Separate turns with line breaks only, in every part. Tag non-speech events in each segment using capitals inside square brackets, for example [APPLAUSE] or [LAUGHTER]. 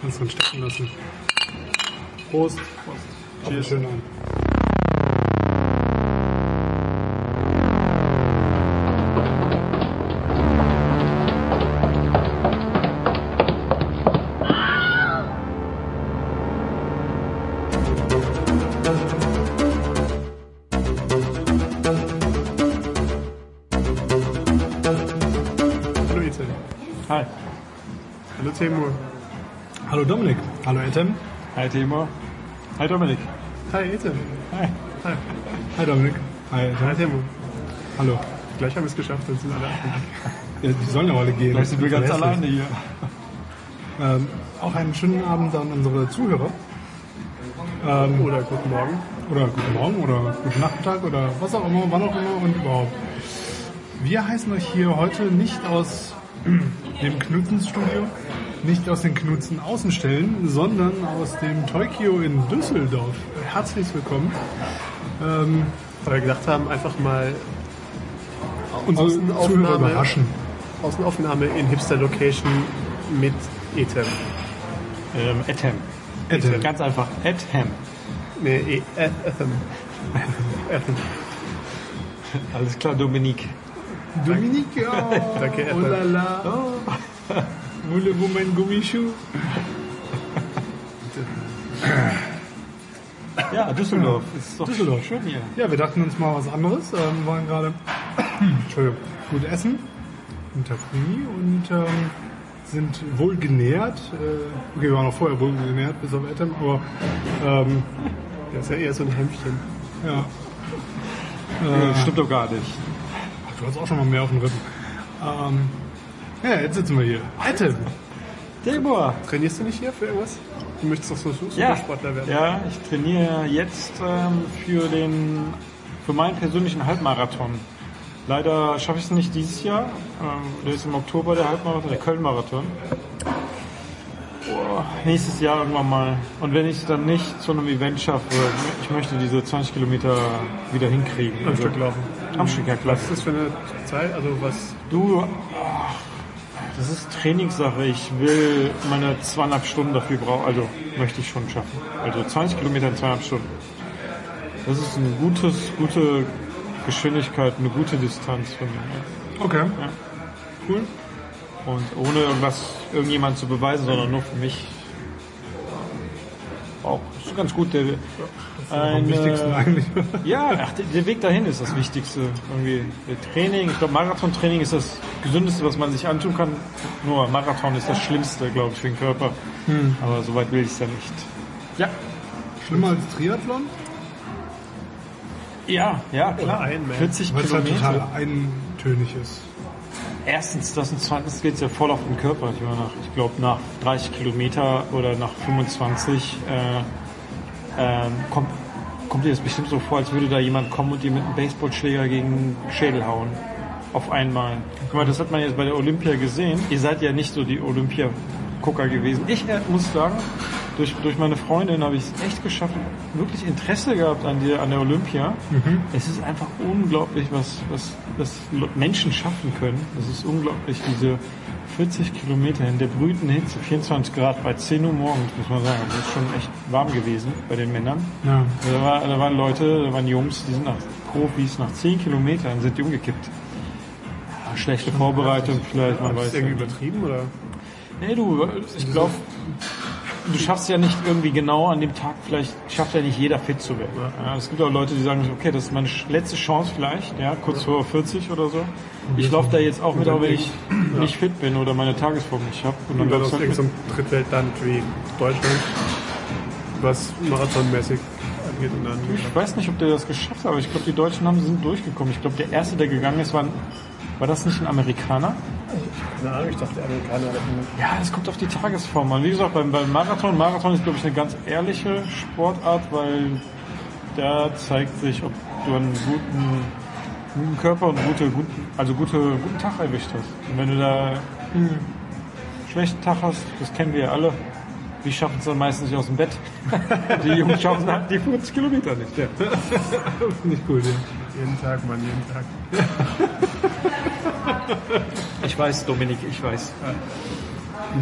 Kannst du ihn stecken lassen. Prost. Prost. Cheers. Schön an. Hallo Itzem.
Hi.
Hallo Temo. Hallo Dominik. Hallo Etem.
Hi Timo. Hi Dominik.
Hi Etem.
Hi.
Hi. Hi Dominik.
Hi,
Hi Temo.
hallo.
Gleich haben wir es geschafft, dann sind alle abgegangen.
[LAUGHS] Ja, die sollen ja alle gehen.
Vielleicht sind wir ganz
Verlässlich.
alleine hier.
Ähm, auch einen schönen Abend an unsere Zuhörer. Ähm,
Oder guten Morgen.
oder guten Morgen oder guten Nachmittag oder was auch immer, wann auch immer und überhaupt. Wir heißen euch hier heute nicht aus [CLEARS THROAT] dem Knutzenstudio, nicht aus den Knutzen Außenstellen, sondern aus dem Tokio in Düsseldorf. Herzlich willkommen. Ähm,
Weil wir gedacht haben, einfach mal Also,
unsere Zuhörer
Außenaufnahme.
überraschen.
Außenaufnahme in Hipster Location mit Etem.
Ähm, Etem.
Etem.
Ganz einfach. Etem.
Nee, e Ä- Ethem. Ethem.
Alles klar, Dominik.
Dominique, [LAUGHS] oh,
Danke, Ethel.
oh la la. [LAUGHS] Voulez-vous mein Gummischuh?
Ja, Düsseldorf. Ist doch
Düsseldorf.
schön hier.
Ja, wir dachten uns mal was anderes. Ähm, waren gerade [COUGHS] Entschuldigung, gut essen in Tafri und ähm, sind wohl genährt. Äh, okay, wir waren auch vorher wohl genährt, bis auf Etam, aber ähm,
Das ist ja eher so ein Hemdchen.
ja.
Äh, Stimmt doch gar nicht.
Ach, du hast auch schon mal mehr auf den Rippen. Ähm, ja, jetzt sitzen wir hier. Etam,
Timo.
Trainierst du nicht hier für irgendwas? Du möchtest doch so Su- Supersportler werden.
ja, ich trainiere jetzt ähm, für den für meinen persönlichen Halbmarathon. Leider schaffe ich es nicht dieses Jahr. Ähm, der ist im Oktober der Halbmarathon, der Köln-Marathon. Boah, Nächstes Jahr irgendwann mal. Und wenn ich es dann nicht zu einem Event schaffe, ich möchte diese 20 Kilometer wieder hinkriegen.
Am Stück laufen.
Am Stück, ja klar.
Was ist das für eine Zeit? Also was?
Du, ach, das ist Trainingssache. Ich will meine zweieinhalb Stunden dafür brauchen. Also möchte ich schon schaffen. Also 20 Kilometer in zweieinhalb Stunden. Das ist ein gutes, gute Geschwindigkeit, eine gute Distanz für mich.
Okay.
Cool. Und ohne irgendwas irgendjemand zu beweisen, sondern nur für mich. Auch ist ganz gut. Der,
Am wichtigsten eigentlich. [LAUGHS]
ja, ach, der- der Weg dahin ist das Wichtigste. Irgendwie Der Training, ich glaube Marathontraining ist das Gesündeste, was man sich antun kann. Nur Marathon ist das Schlimmste, glaube ich, für den Körper. Aber so weit will ich es ja nicht. Ja,
Schlimmer als Triathlon?
ja, ja, klar.
Oder Ironman.
40
Weil es halt
Kilometer.
total eintönig ist.
Erstens das und zweitens geht's ja voll auf den Körper. Ich, meine, nach- ich glaube, nach 30 Kilometer oder nach 25 äh, ähm, kommt, kommt dir das bestimmt so vor, als würde da jemand kommen und dir mit einem Baseballschläger gegen den Schädel hauen. Auf einmal. Guck mal, das hat man jetzt bei der Olympia gesehen. Ihr seid ja nicht so die Olympia-Gucker gewesen. Ich äh, muss sagen, durch, durch meine Freundin habe ich es echt geschafft, wirklich Interesse gehabt an, dir, an der Olympia. Es ist einfach unglaublich, was, was, was Menschen schaffen können. Es ist unglaublich, diese 40 Kilometer in der brüten Hitze, 24 Grad bei 10 Uhr morgens, muss man sagen. Das ist schon echt warm gewesen bei den Männern. Also
Ja.
Da, war, da waren Leute, da waren Jungs, die sind nach Profis nach 10 Kilometern sind die umgekippt. Ja, Schlechte Vorbereitung vielleicht, man
Ist
weiß.
das
ja
irgendwie
nicht.
übertrieben oder?
Nee, du, ich glaube, du schaffst ja nicht irgendwie genau an dem Tag, vielleicht schafft ja nicht jeder fit zu werden. Ja, es gibt auch Leute, die sagen, okay, das ist meine sch- letzte Chance vielleicht, ja, kurz vor 40 oder so. Ich laufe da jetzt auch mit, auch wenn ich nicht fit bin oder meine Tagesform nicht habe. Und dann
Und dann
laufst
Also aus
du halt mit.
irgendeinem Drittweltland wie Deutschland, was marathonmäßig angeht und dann.
Ich weiß nicht, ob der das geschafft hat, aber ich glaube, die Deutschen haben sind durchgekommen. Ich glaube, der erste, der gegangen ist, war, ein- war das nicht ein Amerikaner?
Keine Ahnung, ich dachte, der Amerikaner hat
Ja, das kommt auf die Tagesform an. Wie gesagt, beim, beim Marathon, Marathon ist, glaube ich, eine ganz ehrliche Sportart, weil da zeigt sich, ob du einen guten, guten Körper und gute, guten, also gute, guten Tag erwischt hast. Und wenn du da einen schlechten Tag hast, das kennen wir ja alle, die schaffen es dann meistens nicht aus dem Bett. Die Jungen schaffen
[LAUGHS]
halt die 50 Kilometer nicht. Ja.
Nicht cool, ja.
jeden Tag, Mann, jeden Tag.
Ich weiß, Dominik, ich weiß.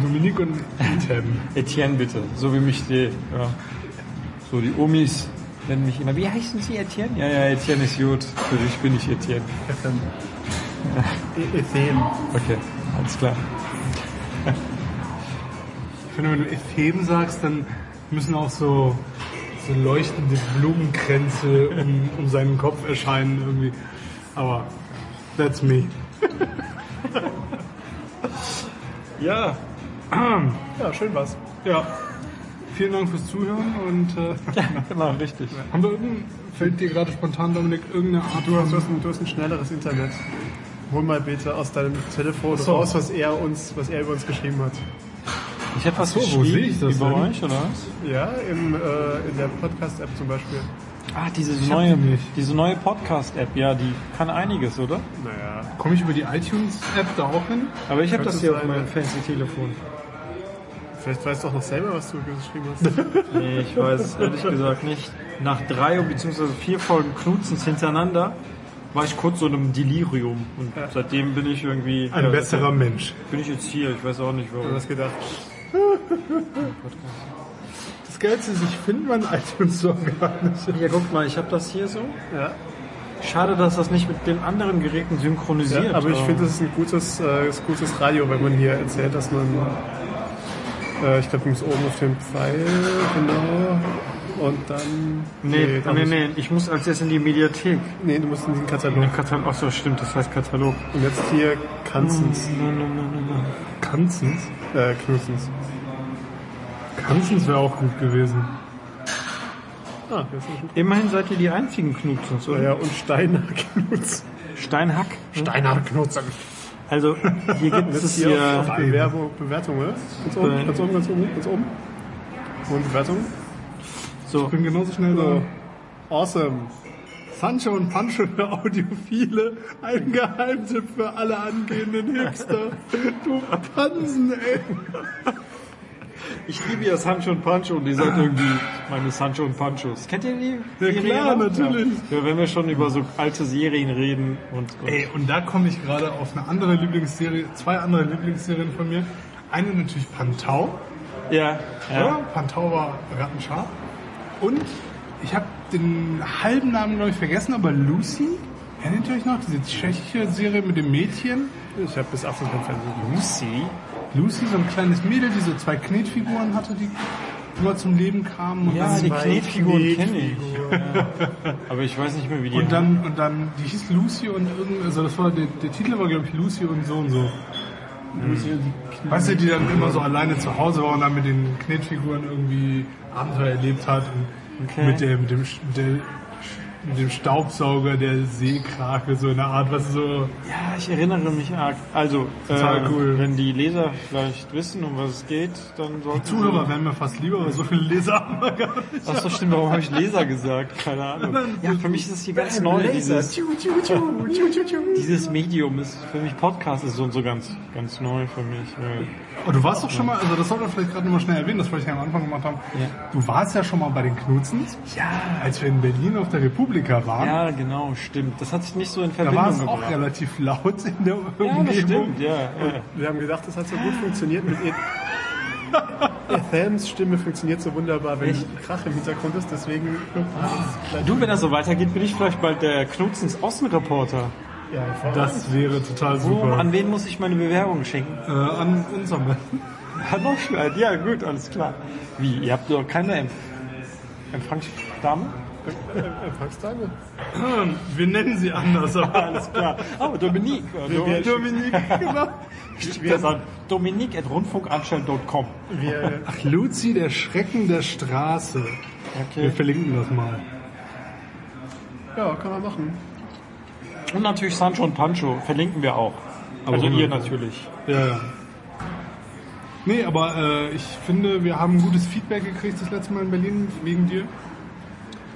Dominik und Item.
Etienne bitte, so wie mich die, ja. so die Omis nennen mich immer. Wie heißen Sie Etienne? Ja, ja, Etienne ist gut. Für dich bin ich Etienne.
Ethen.
Okay, alles klar.
Ich finde, wenn du Ethem sagst, dann müssen auch so, so leuchtende Blumenkränze um, um seinen Kopf erscheinen irgendwie. Aber that's me.
Ja,
Ja, schön was.
Ja. Vielen Dank fürs Zuhören und äh, [LAUGHS]
genau, richtig.
haben wir irgendein, fällt dir gerade spontan, Dominik, irgendeine Art
Du hast, du, hast ein, du hast ein schnelleres Internet. Hol mal bitte aus deinem Telefon
so.
raus, was er uns, was er über uns geschrieben hat.
Ich hätte was
Ach so, wo
geschrieben
sehe ich das
über
denn?
euch, oder was?
Ja, im, äh, in der Podcast-App zum Beispiel.
Ah, diese
hab
neue,
die nicht.
diese neue Podcast-App, ja, die kann einiges, oder?
Naja,
Komme ich über die iTunes-App da auch hin?
Aber ich habe das
Könnte
hier auf
sein,
meinem
ja.
fancy Telefon.
vielleicht weißt du auch noch selber, was du geschrieben
[LAUGHS]
hast.
Nee, ich weiß es ehrlich gesagt nicht. Nach drei bzw. vier Folgen Knutzens hintereinander war ich kurz so in einem Delirium. Und seitdem bin ich irgendwie...
Ein
ja,
besserer Mensch.
Bin ich jetzt hier, ich weiß auch nicht
Du
warum.
hast gedacht,
Das Geilste ist, ich finde meinen iTunes-Song gar nicht.
Hier, guck mal, ich habe das hier so.
ja.
Schade, dass das nicht mit den anderen Geräten synchronisiert.
Ja, aber ich finde, das ist ein gutes, äh, ist gutes Radio, wenn man hier erzählt, dass man, äh, ich glaube, du musst oben auf dem Pfeil, genau, und dann...
Nee,
dann
nee,
musst-
nee, ich muss als erstes in die Mediathek.
nee, du musst in den Katalog.
Den Katalog, ach so, stimmt, das heißt Katalog.
Und jetzt hier Kanzens,
Kanzens?
äh, Knussens.
Kanzens wäre auch gut gewesen.
Ah, hier ist ein Schiff.
Immerhin seid ihr die einzigen Knutzens, oder?
ja, und
[LAUGHS]
Steiner Knutz.
Steinhack.
Steinhard Knutz.
Also, hier gibt es
Hier auf
hier...
Bewerbung, Bewertung, oder? Ganz oben,
Äh.
ganz oben, ganz oben, ganz oben. Und Bewertung?
So,
Ich bin genauso schnell
Also,
da.
Awesome.
Sancho und Pancho für Audiophile. Ein Geheimtipp für alle angehenden
[LAUGHS]
Hipster. Du Pansen, ey.
ich liebe ja Sancho und Pancho und ihr seid irgendwie meine Sancho und Panchos. Kennt ihr die?
Ja,
die
klar,
Serie?
natürlich.
Ja. Ja, wenn wir schon über so alte Serien reden und... und
Ey, und da komme ich gerade auf eine andere Lieblingsserie, zwei andere Lieblingsserien von mir. Eine natürlich Pantau.
ja,
Ja. Pantau war rattenscharf. Und ich habe den halben Namen, glaube ich, vergessen, aber Lucy, erinnert ihr euch noch? Diese tschechische Serie mit dem Mädchen.
Ich habe bis 18 kein Fernsehen.
Lucy?
Lucy, so ein kleines Mädel, die so zwei Knetfiguren hatte, die immer zum Leben kamen. Und
Ja,
dann
die
zwei-
Knetfiguren kenne ich. Ja. [LAUGHS] Aber ich weiß nicht mehr, wie die
Und dann, und dann, die hieß Lucy und irgend, also das war, der, der Titel war, glaube ich, Lucy und so und so. Lucy und die Knet- Weißt du, die dann immer so alleine zu Hause war und dann mit den Knetfiguren irgendwie Abenteuer erlebt hat und
Okay.
mit, der, mit, dem, Sch- der, Sch- mit dem Staubsauger, der Seekrake, so eine Art, was so,
Ja, ich erinnere mich arg. Also,
Total
äh,
cool.
wenn die Leser vielleicht wissen, um was es geht, dann sollten
Zuhörer wären mir fast lieber, aber so viele Leser haben wir gar nicht.
Ach so, stimmt, warum habe ich Leser gesagt? Keine Ahnung. Ja, für mich ist es hier ganz neu. Dieses, dieses Medium ist, für mich Podcast ist so und so ganz, ganz neu für mich. ja.
Oh,
Aber du warst doch schon mal, also das sollte man vielleicht gerade nochmal schnell erwähnen, das wollte ich ja am Anfang gemacht haben.
Ja.
Du warst ja schon mal bei den Knutzens. Ja. Als wir in Berlin auf der Republika waren.
Ja, genau, stimmt. Das hat sich nicht so in
Da war
Verbindung
es auch ne?
gebracht.
relativ laut in der
Ja, das
Umgebung.
stimmt, ja. ja.
Wir haben gedacht, das hat so gut funktioniert mit [LAUGHS] ihr. Ethams Stimme funktioniert so wunderbar, wenn
Echt? Ah.
Krach im Hintergrund ist, deswegen.
Du, wenn das so weitergeht, bin ich vielleicht bald der Knutzens Außenreporter.
Ja, voll.
Das wäre total
Wo,
super.
an wen muss ich meine Bewerbung schicken?
äh, an uns am besten.
Ja, noch schnell. Ja, gut, alles klar. Wie, ihr habt doch keine Empf Empfangsdame?
Empfangstage?
Wir nennen sie anders, aber
Alles klar. [LAUGHS] Oh, Dominique.
wir-
Dominique, genau. Wir sagen Dominique at rundfunkanstalt.com.
Wir,
Ach, Luzi, der Schrecken der Straße. Wir
Okay.
verlinken das mal.
ja, kann man machen.
Und natürlich Sancho und Pancho verlinken wir auch. also
wunderbar.
ihr natürlich.
Ja, ja. Nee, aber äh, ich finde, wir haben gutes Feedback gekriegt das letzte Mal in Berlin wegen dir.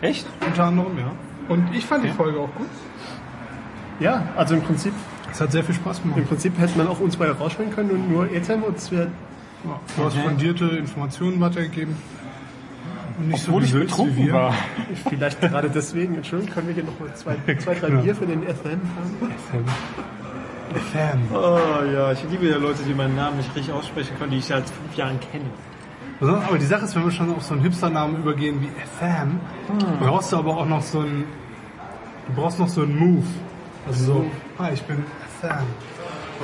Echt?
Unter anderem, ja. Und ich fand die Folge auch gut.
Ja, also im Prinzip,
Es hat sehr viel Spaß
im
gemacht.
Prinzip hätte man auch uns beide rausschneiden können und nur Ethem und es wäre.
Ja, du hast fundierte Informationen weitergegeben. Und nicht
Obwohl ich
gewillt wie
betrunken
wir.
war.
Vielleicht
Genau.
gerade deswegen, Entschuldigung, können wir hier noch mal zwei, zwei drei
Genau.
Bier für den Ethem haben?
Fan.
Oh ja, ich liebe ja Leute, die meinen Namen nicht richtig aussprechen können, die ich seit fünf Jahren kenne.
Besonders- Also, Aber die Sache ist, wenn wir schon auf so einen Hipster-Namen übergehen wie Fan, brauchst du aber auch noch so einen, du brauchst noch so einen Move. Also so, ah, ich bin Fan.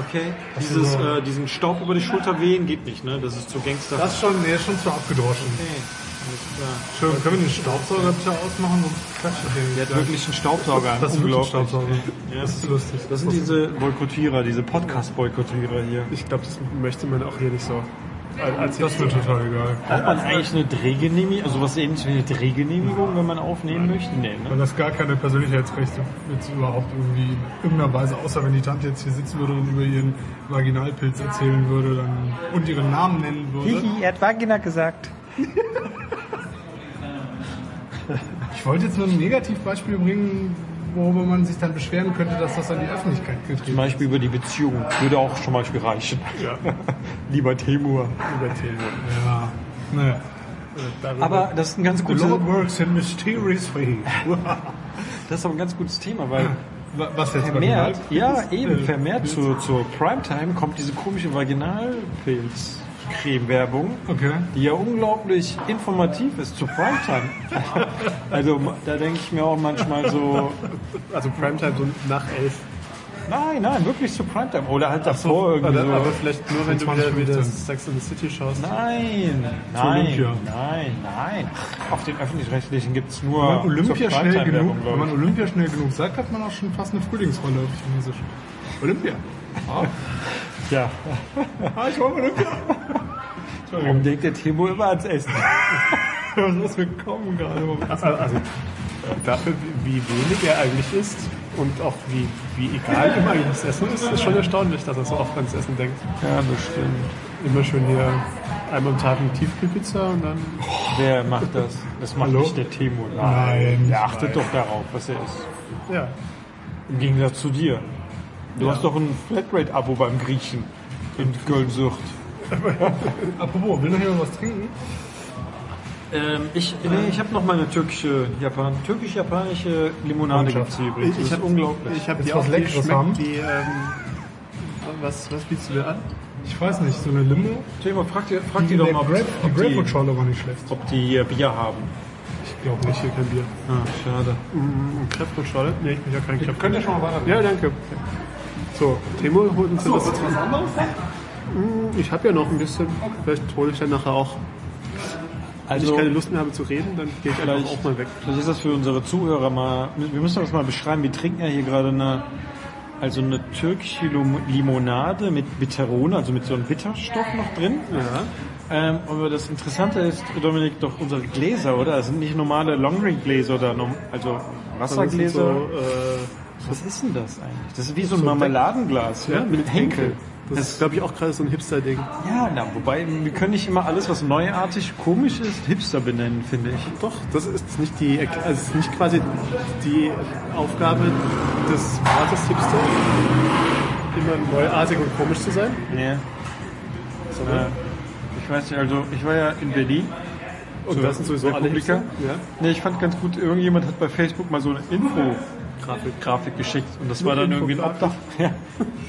Okay.
Ach so.
Dieses, äh, diesen Staub über die Schulter wehen geht nicht, ne? Das ist zu Gangster.
Das ist schon, nee, ist schon zu abgedroschen.
Okay. Alles klar.
Schön, können wir den Staubsauger bitte ausmachen und klatschen den?
Der hat wirklich einen Staubsauger.
das ist wirklich ein
Unglaublich.
Staubsauger.
Ja.
Das ist lustig.
Das sind diese Boykottierer, diese Podcast-Boykottierer hier.
Ich glaube, das möchte man auch hier nicht so. Als
Das ist mir total egal.
Hat man eigentlich eine Drehgenehmigung, also was ähnlich wie eine Drehgenehmigung, wenn man aufnehmen möchte? Nee, ne?
Weil das gar keine Persönlichkeitsrechte jetzt überhaupt irgendwie in irgendeiner Weise, außer wenn die Tante jetzt hier sitzen würde und über ihren Vaginalpilz erzählen würde dann, und ihren Namen nennen würde.
er hat Vagina gesagt.
Ich wollte jetzt nur ein Negativbeispiel bringen, worüber man sich dann beschweren könnte, dass das an die Öffentlichkeit
Zum
getrieben
Beispiel über die Beziehung. Würde auch schon mal reichen. [LAUGHS]
Ja,
Lieber Temur.
über Themen.
wird. Ja. Naja.
Darüber-
Aber das ist ein ganz gutes,
works in mysterious ways.
Also, das ist aber ein ganz gutes Thema, weil
Was jetzt
Äh, vermehrt,
Vaginalpilz
ja
ist,
eben,
äh,
vermehrt zur, zur Primetime kommt diese komische Vaginalpilz-Creme-Werbung.
Okay.
die ja unglaublich informativ ist zu Primetime. [LAUGHS] also da denke ich mir auch manchmal so,
Also Primetime so nach elf.
nein, nein, wirklich zu Primetime. Oder halt davor irgendwie
Oder, aber
so.
vielleicht nur, wenn du
20,
wieder, wieder
15.
Sex in the City schaust. [LAUGHS]
Nein, nein,
Olympia.
nein, nein. Auf den öffentlich-rechtlichen gibt's nur
Wenn man Olympia schnell
zur
genug,
Primetime-Werbung, glaub
wenn man
ich.
Olympia schnell genug sagt, hat man auch schon fast eine Frühlingsrolle auf Chinesisch. Olympia.
Ja,
Ah, ich war Olympia.
warum denkt der Timo immer ans Essen?
Was ist gekommen gerade?
Also, also dafür, wie wie wenig er eigentlich ist und auch wie, wie egal ihm eigentlich das Essen ist, ist schon erstaunlich, dass er so oft ans Essen denkt.
Ja, bestimmt.
Immer schön hier einmal am Tag eine Tiefkühlpizza und dann
Wer macht das? Das macht
Hallo?
nicht der Timo.
Nein.
Der achtet doch darauf, was er ist.
ja.
Im Gegensatz zu dir. Du hast doch ein Flatrate-Abo beim Griechen in Köln-Sucht.
Apropos, will noch jemand was trinken?
Ähm, ich nee, ich habe noch mal eine türkische, Japan, türkisch-japanische Limonade
Mannschaft.
gibt's hier übrigens. Das ist
hab- Ich habe
Jetzt
die
was
auch die
Leckeres haben.
schmeckt, die ähm, was, was bietest du mir an?
Ich weiß nicht, so eine Limo.
Thema, frag die, frag die doch
der
mal,
Grape- die
ob, die,
Grapefruit-Schorle war nicht schlecht.
ob die hier Bier haben.
Ich glaube nicht.
Hier kein Bier.
Ah, schade.
Mm, Kräftenscholle? Nee, ich bin ja kein Kräftenscholle.
Könnt ihr schon mal weiter?
Ja, danke. So, Timo holt uns das. Hm,
was anderes?
Ich habe ja noch ein bisschen. Vielleicht hole ich dann nachher auch. Wenn
Also,
ich keine Lust mehr habe zu reden, dann gehe ich einfach
vielleicht,
auch mal weg.
vielleicht ist das für unsere Zuhörer mal, wir müssen das mal beschreiben, wir trinken ja hier gerade eine, also eine türkische Lim- Limonade mit Bitterone, also mit so einem Bitterstoff noch drin.
Ja.
Ähm, aber das Interessante ist, Dominik, doch unsere Gläser, oder? Das sind nicht normale Longdrink-Gläser oder norm- also
Das sind
Wassergläser.
so, äh,
Was ist denn das eigentlich? Das ist wie so ein Marmeladenglas
ja,
ne?
mit Henkel. Das,
Das,
ist, glaube ich, auch gerade so ein Hipster-Ding.
ja, na, wobei wir können nicht immer alles, was neuartig, komisch ist, Hipster benennen, finde ich.
Doch, das ist nicht die, also es ist nicht quasi die Aufgabe des Wortes Hipster, immer neuartig und komisch zu sein.
Nee. Äh, ich weiß nicht, also ich war ja in Berlin.
Und
So,
das sind sowieso alle
Republika?
Hipster. Ja.
Nee, ich fand ganz gut, irgendjemand hat bei Facebook mal so eine Infografik Grafik geschickt und das war dann irgendwie ein Obdach. [LAUGHS] Ja.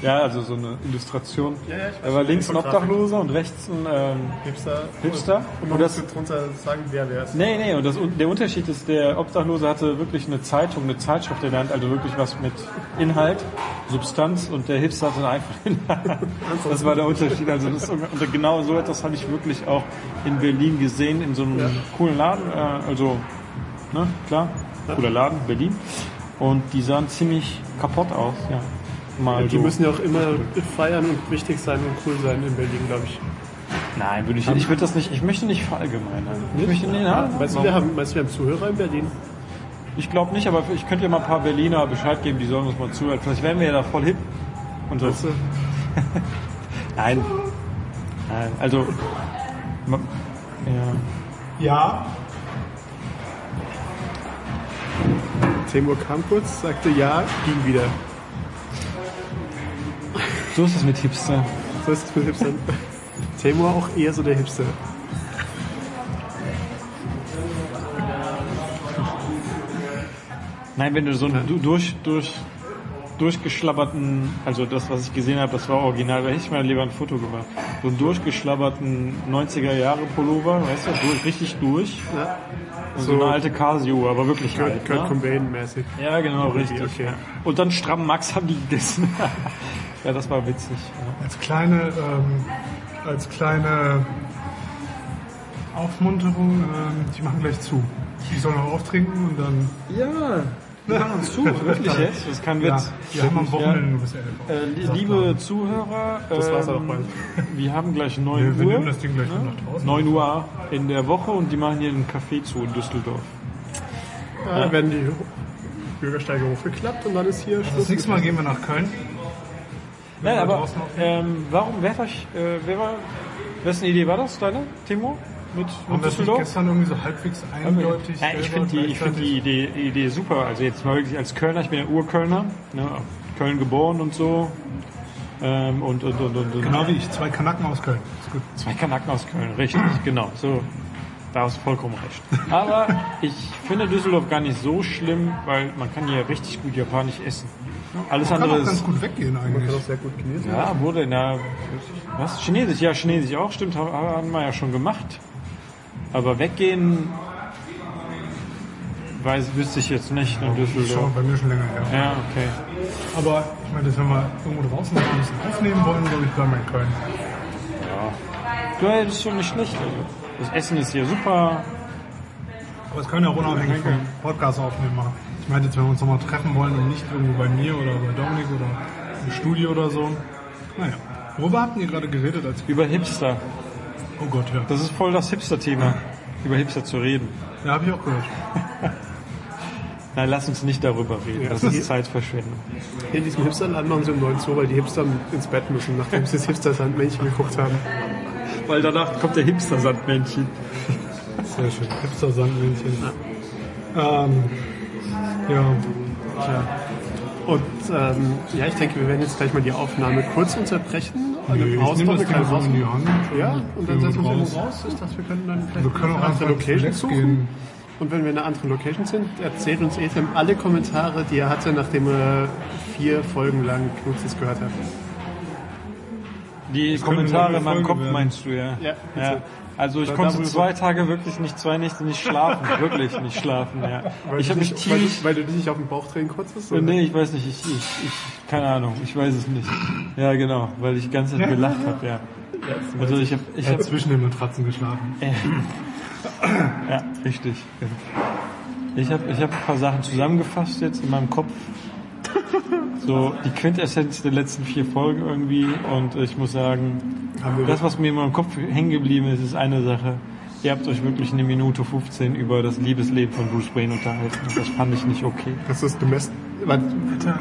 ja, also so eine Illustration.
Ja, ja, ich weiß.
da war links ein
Infografik.
Obdachloser und rechts ein ähm,
Hipster.
Hipster.
Und
Und
man
das-
muss drunter sagen, wer wer ist.
Nee, nee, und das, der Unterschied ist, der Obdachlose hatte wirklich eine Zeitung, eine Zeitschrift in der Hand, also wirklich was mit Inhalt, Substanz und der Hipster hatte einfach in der Hand. Das war der Unterschied. Also das, und genau so etwas habe ich wirklich auch in Berlin gesehen, in so einem coolen Laden, äh, also, ne, klar, cooler Laden, Berlin. Und die sahen ziemlich kaputt aus, ja. Mal
also Die
so.
müssen ja auch immer feiern und wichtig sein und cool sein in Berlin, glaube ich.
Nein, würde ich, ich würde das nicht, ich möchte nicht verallgemeinern. Ich möchte, nee, nein, nein,
Weißt du,
warum?
wir haben, weißt du, wir haben Zuhörer in Berlin.
Ich glaube nicht, aber ich könnte ja mal ein paar Berliner Bescheid geben, die sollen uns mal zuhören. Vielleicht wären wir ja da voll hip. Und so.
Weißt du?
[LAUGHS] Nein. Nein. Also. ma- Ja.
Ja.
Temur kam kurz, sagte ja, ging wieder.
So ist es mit Hipster.
So ist es mit [LAUGHS] Hipstern. Temur auch eher so der Hipster.
Nein, wenn du so einen du- durch, durch, durchgeschlabberten, also das, was ich gesehen habe, das war original, da hätte ich mir lieber ein Foto gemacht. So einen durchgeschlabberten 90er Jahre Pullover, weißt du, durch, richtig durch.
Ja.
Und so,
So-
eine alte Casio, aber wirklich
Kurt,
alt.
Kurt
ne?
Cobain-mäßig.
Ja, genau,
Okay,
richtig.
okay.
ja. Und dann stramm Max haben die gegessen. [LAUGHS] ja, das war witzig. Ja.
Als kleine, ähm, als kleine Aufmunterung, ähm, die machen gleich zu. Die sollen auch auftrinken und dann.
Ja, wir machen uns zu, wirklich jetzt. Das ist kein
Ja,
Witz.
wir haben am Wochenende nur bis 11 Uhr.
Äh, li- liebe Zuhörer,
Das war's
ähm,
auch bald.
wir haben gleich 9
Wir, wir
Uhr.
nehmen das Ding gleich nur noch draußen.
9 Uhr in der Woche und die machen hier einen Café zu in Düsseldorf.
Ja, Dann werden die Bürgersteige hochgeklappt und dann ist hier Schluss.
Das nächste Mal gehen wir nach Köln. Wenn
Nein,
wir
aber
draußen aufnehmen.
ähm, warum, wer hat euch, äh, wer war, wessen Idee war das, deine, Timo? Mit,
haben
mit
wir das nicht
Düsseldorf?
gestern irgendwie so halbwegs eindeutig.
Ja, ich
selber
finde die, ich find die
gleichzeitig-
Idee, Idee super. Also jetzt mal wirklich als Kölner, ich bin ja Urkölner, ne, auf Köln geboren und so. Ähm, und, und, und, und, und
Genau wie ich, zwei Kanaken aus Köln. Ist gut.
zwei Kanaken aus Köln, richtig, genau. So, da hast du vollkommen recht. Aber ich finde Düsseldorf gar nicht so schlimm, weil man kann hier richtig gut japanisch essen. Alles
Kann
andere
auch ganz
ist
gut weggehen
Man kann
eigentlich.
auch sehr gut genießen.
ja, wurde in der. Was? Chinesisch? Ja, Chinesisch auch, stimmt, haben- haben wir ja schon gemacht. Aber weggehen. Weiß, wüsste ich jetzt nicht in
Ist
Düsseldorf.
Schon bei mir schon länger her.
Ja, okay.
Aber ich meine, das wenn wir irgendwo draußen noch ein bisschen aufnehmen wollen, glaube ich, bleiben wir in Köln.
Ja, das ist schon nicht schlecht. Also. Das Essen ist hier super.
Aber das können wir auch unabhängig vom Podcast aufnehmen machen. Ich meinte jetzt, wenn wir uns nochmal treffen wollen und nicht irgendwo bei mir oder bei Dominik oder im Studio oder so. Naja. Worüber habt ihr gerade geredet als
Über Hipster.
Oh Gott, ja.
Das ist voll das Hipster-Thema. Über Hipster zu reden.
Ja, habe ich auch gehört.
Nein, lass uns nicht darüber reden. Das ist Zeitverschwendung.
Hier in diesem Hipsterland machen sie um 9 Uhr, weil die Hipster ins Bett müssen, nachdem sie das Hipster-Sandmännchen geguckt haben.
Weil danach kommt der Hipster-Sandmännchen.
Sehr schön. Hipster Sandmännchen. Ähm, ja. Tja.
Und ähm, ja, ich denke, wir werden jetzt gleich mal die Aufnahme kurz unterbrechen.
Nö,
Eine
ich
Pause,
nehme das
wir können
Telefon in die
raus-
Hand.
Ja, und dann
Gehen wir
setzen wir uns
raus.
irgendwo raus. Ich dachte, wir können dann vielleicht
Wir können auch
eine andere
einfach
Location
ins
suchen.
Netz gehen.
Und wenn wir in einer anderen Location sind, erzählt uns Ethem alle Kommentare, die er hatte, nachdem er vier Folgen lang Knutzes gehört hat.
Die
könnte
Kommentare
eine
in meinem
Folge
Kopf
werden.
meinst du, ja?
Ja,
ja.
bitte.
Also ich
Da-
konnte
darüber-
zwei Tage wirklich nicht, zwei Nächte nicht schlafen, wirklich nicht schlafen, ja. ich
du
habe mich
dich- weil,
tierisch...
du- weil du dich nicht auf den Bauch drehen konntest? oder?
Nee, ich weiß nicht, ich, ich, ich, keine Ahnung, ich weiß es nicht. Ja, genau, weil ich die ganze Zeit gelacht habe, ja. Also ich habe, ich
Ich habe
habe,
zwischen den Matratzen geschlafen. [LAUGHS]
ja, richtig. Ich habe, ich habe ein paar Sachen zusammengefasst jetzt in meinem Kopf. So die Quintessenz der letzten vier Folgen irgendwie und ich muss sagen,
Haben wir
Das, was mir immer im Kopf hängen geblieben ist, ist eine Sache. Ihr habt euch wirklich eine Minute 15 über das Liebesleben von Bruce Wayne unterhalten. Und Das fand ich nicht okay.
Hast du es gemessen? War,
Alter,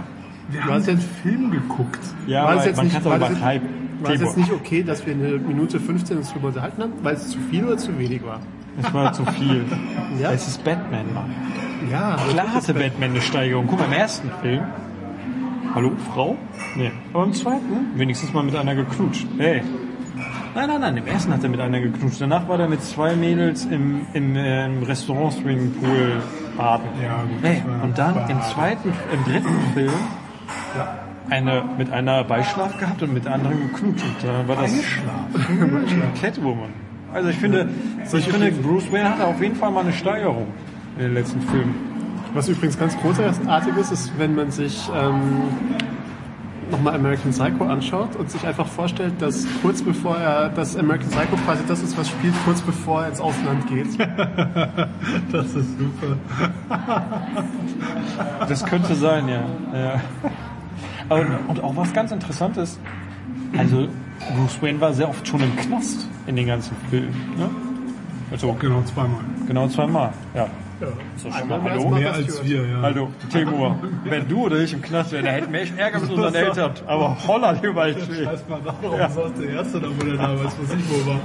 wir
hast
den Film geguckt.
Ja,
war es
weil
jetzt
man
nicht,
kann es auch
war das jetzt,
übertreiben.
war es
Tibor,
jetzt nicht okay, dass wir eine Minute 15 uns drüber unterhalten haben, weil es zu viel oder zu wenig war?
es war zu viel.
Ja.
Es ist Batman, Mann.
Ja,
Klar hatte Batman eine Steigerung. Guck mal, im ersten Film. Hallo, Frau? Nee. Aber im zweiten? Wenigstens mal mit einer geknutscht. Hey. Nein, nein, nein, im ersten hat er mit einer geknutscht. Danach war der mit zwei Mädels im, im, äh, im Restaurant Swimmingpool baden.
Ja, gut.
Hey,
das war
und dann
Baden.
im zweiten, im dritten Film eine, mit einer Beischlaf gehabt und mit der anderen geknutscht. Und Dann war das [LAUGHS] Catwoman. Also ich finde, ich finde, Bruce Wayne hatte auf jeden Fall mal eine Steigerung in den letzten Filmen.
Was übrigens ganz großartig ist, ist, wenn man sich ähm, nochmal American Psycho anschaut und sich einfach vorstellt, dass kurz bevor er, dass American Psycho quasi das ist, was spielt, kurz bevor er ins Ausland geht.
Das ist super.
Das könnte sein, ja. ja. Aber, und auch was ganz Interessantes, also Bruce Wayne war sehr oft schon im Knast in den ganzen Filmen. Ne? Also
Genau, zweimal.
genau zweimal. Ja. So schon mal,
Einmal
hallo.
wär's mal
Mehr
was
als
für-
wir, ja.
Hallo, Timur, wenn du oder ich im Knast wären, da hätten wir echt Ärger mit unseren Eltern. Aber holla dir mal
Scheiß mal nach, warum sagt der Erste da, wo der da weiß, was ich wo war.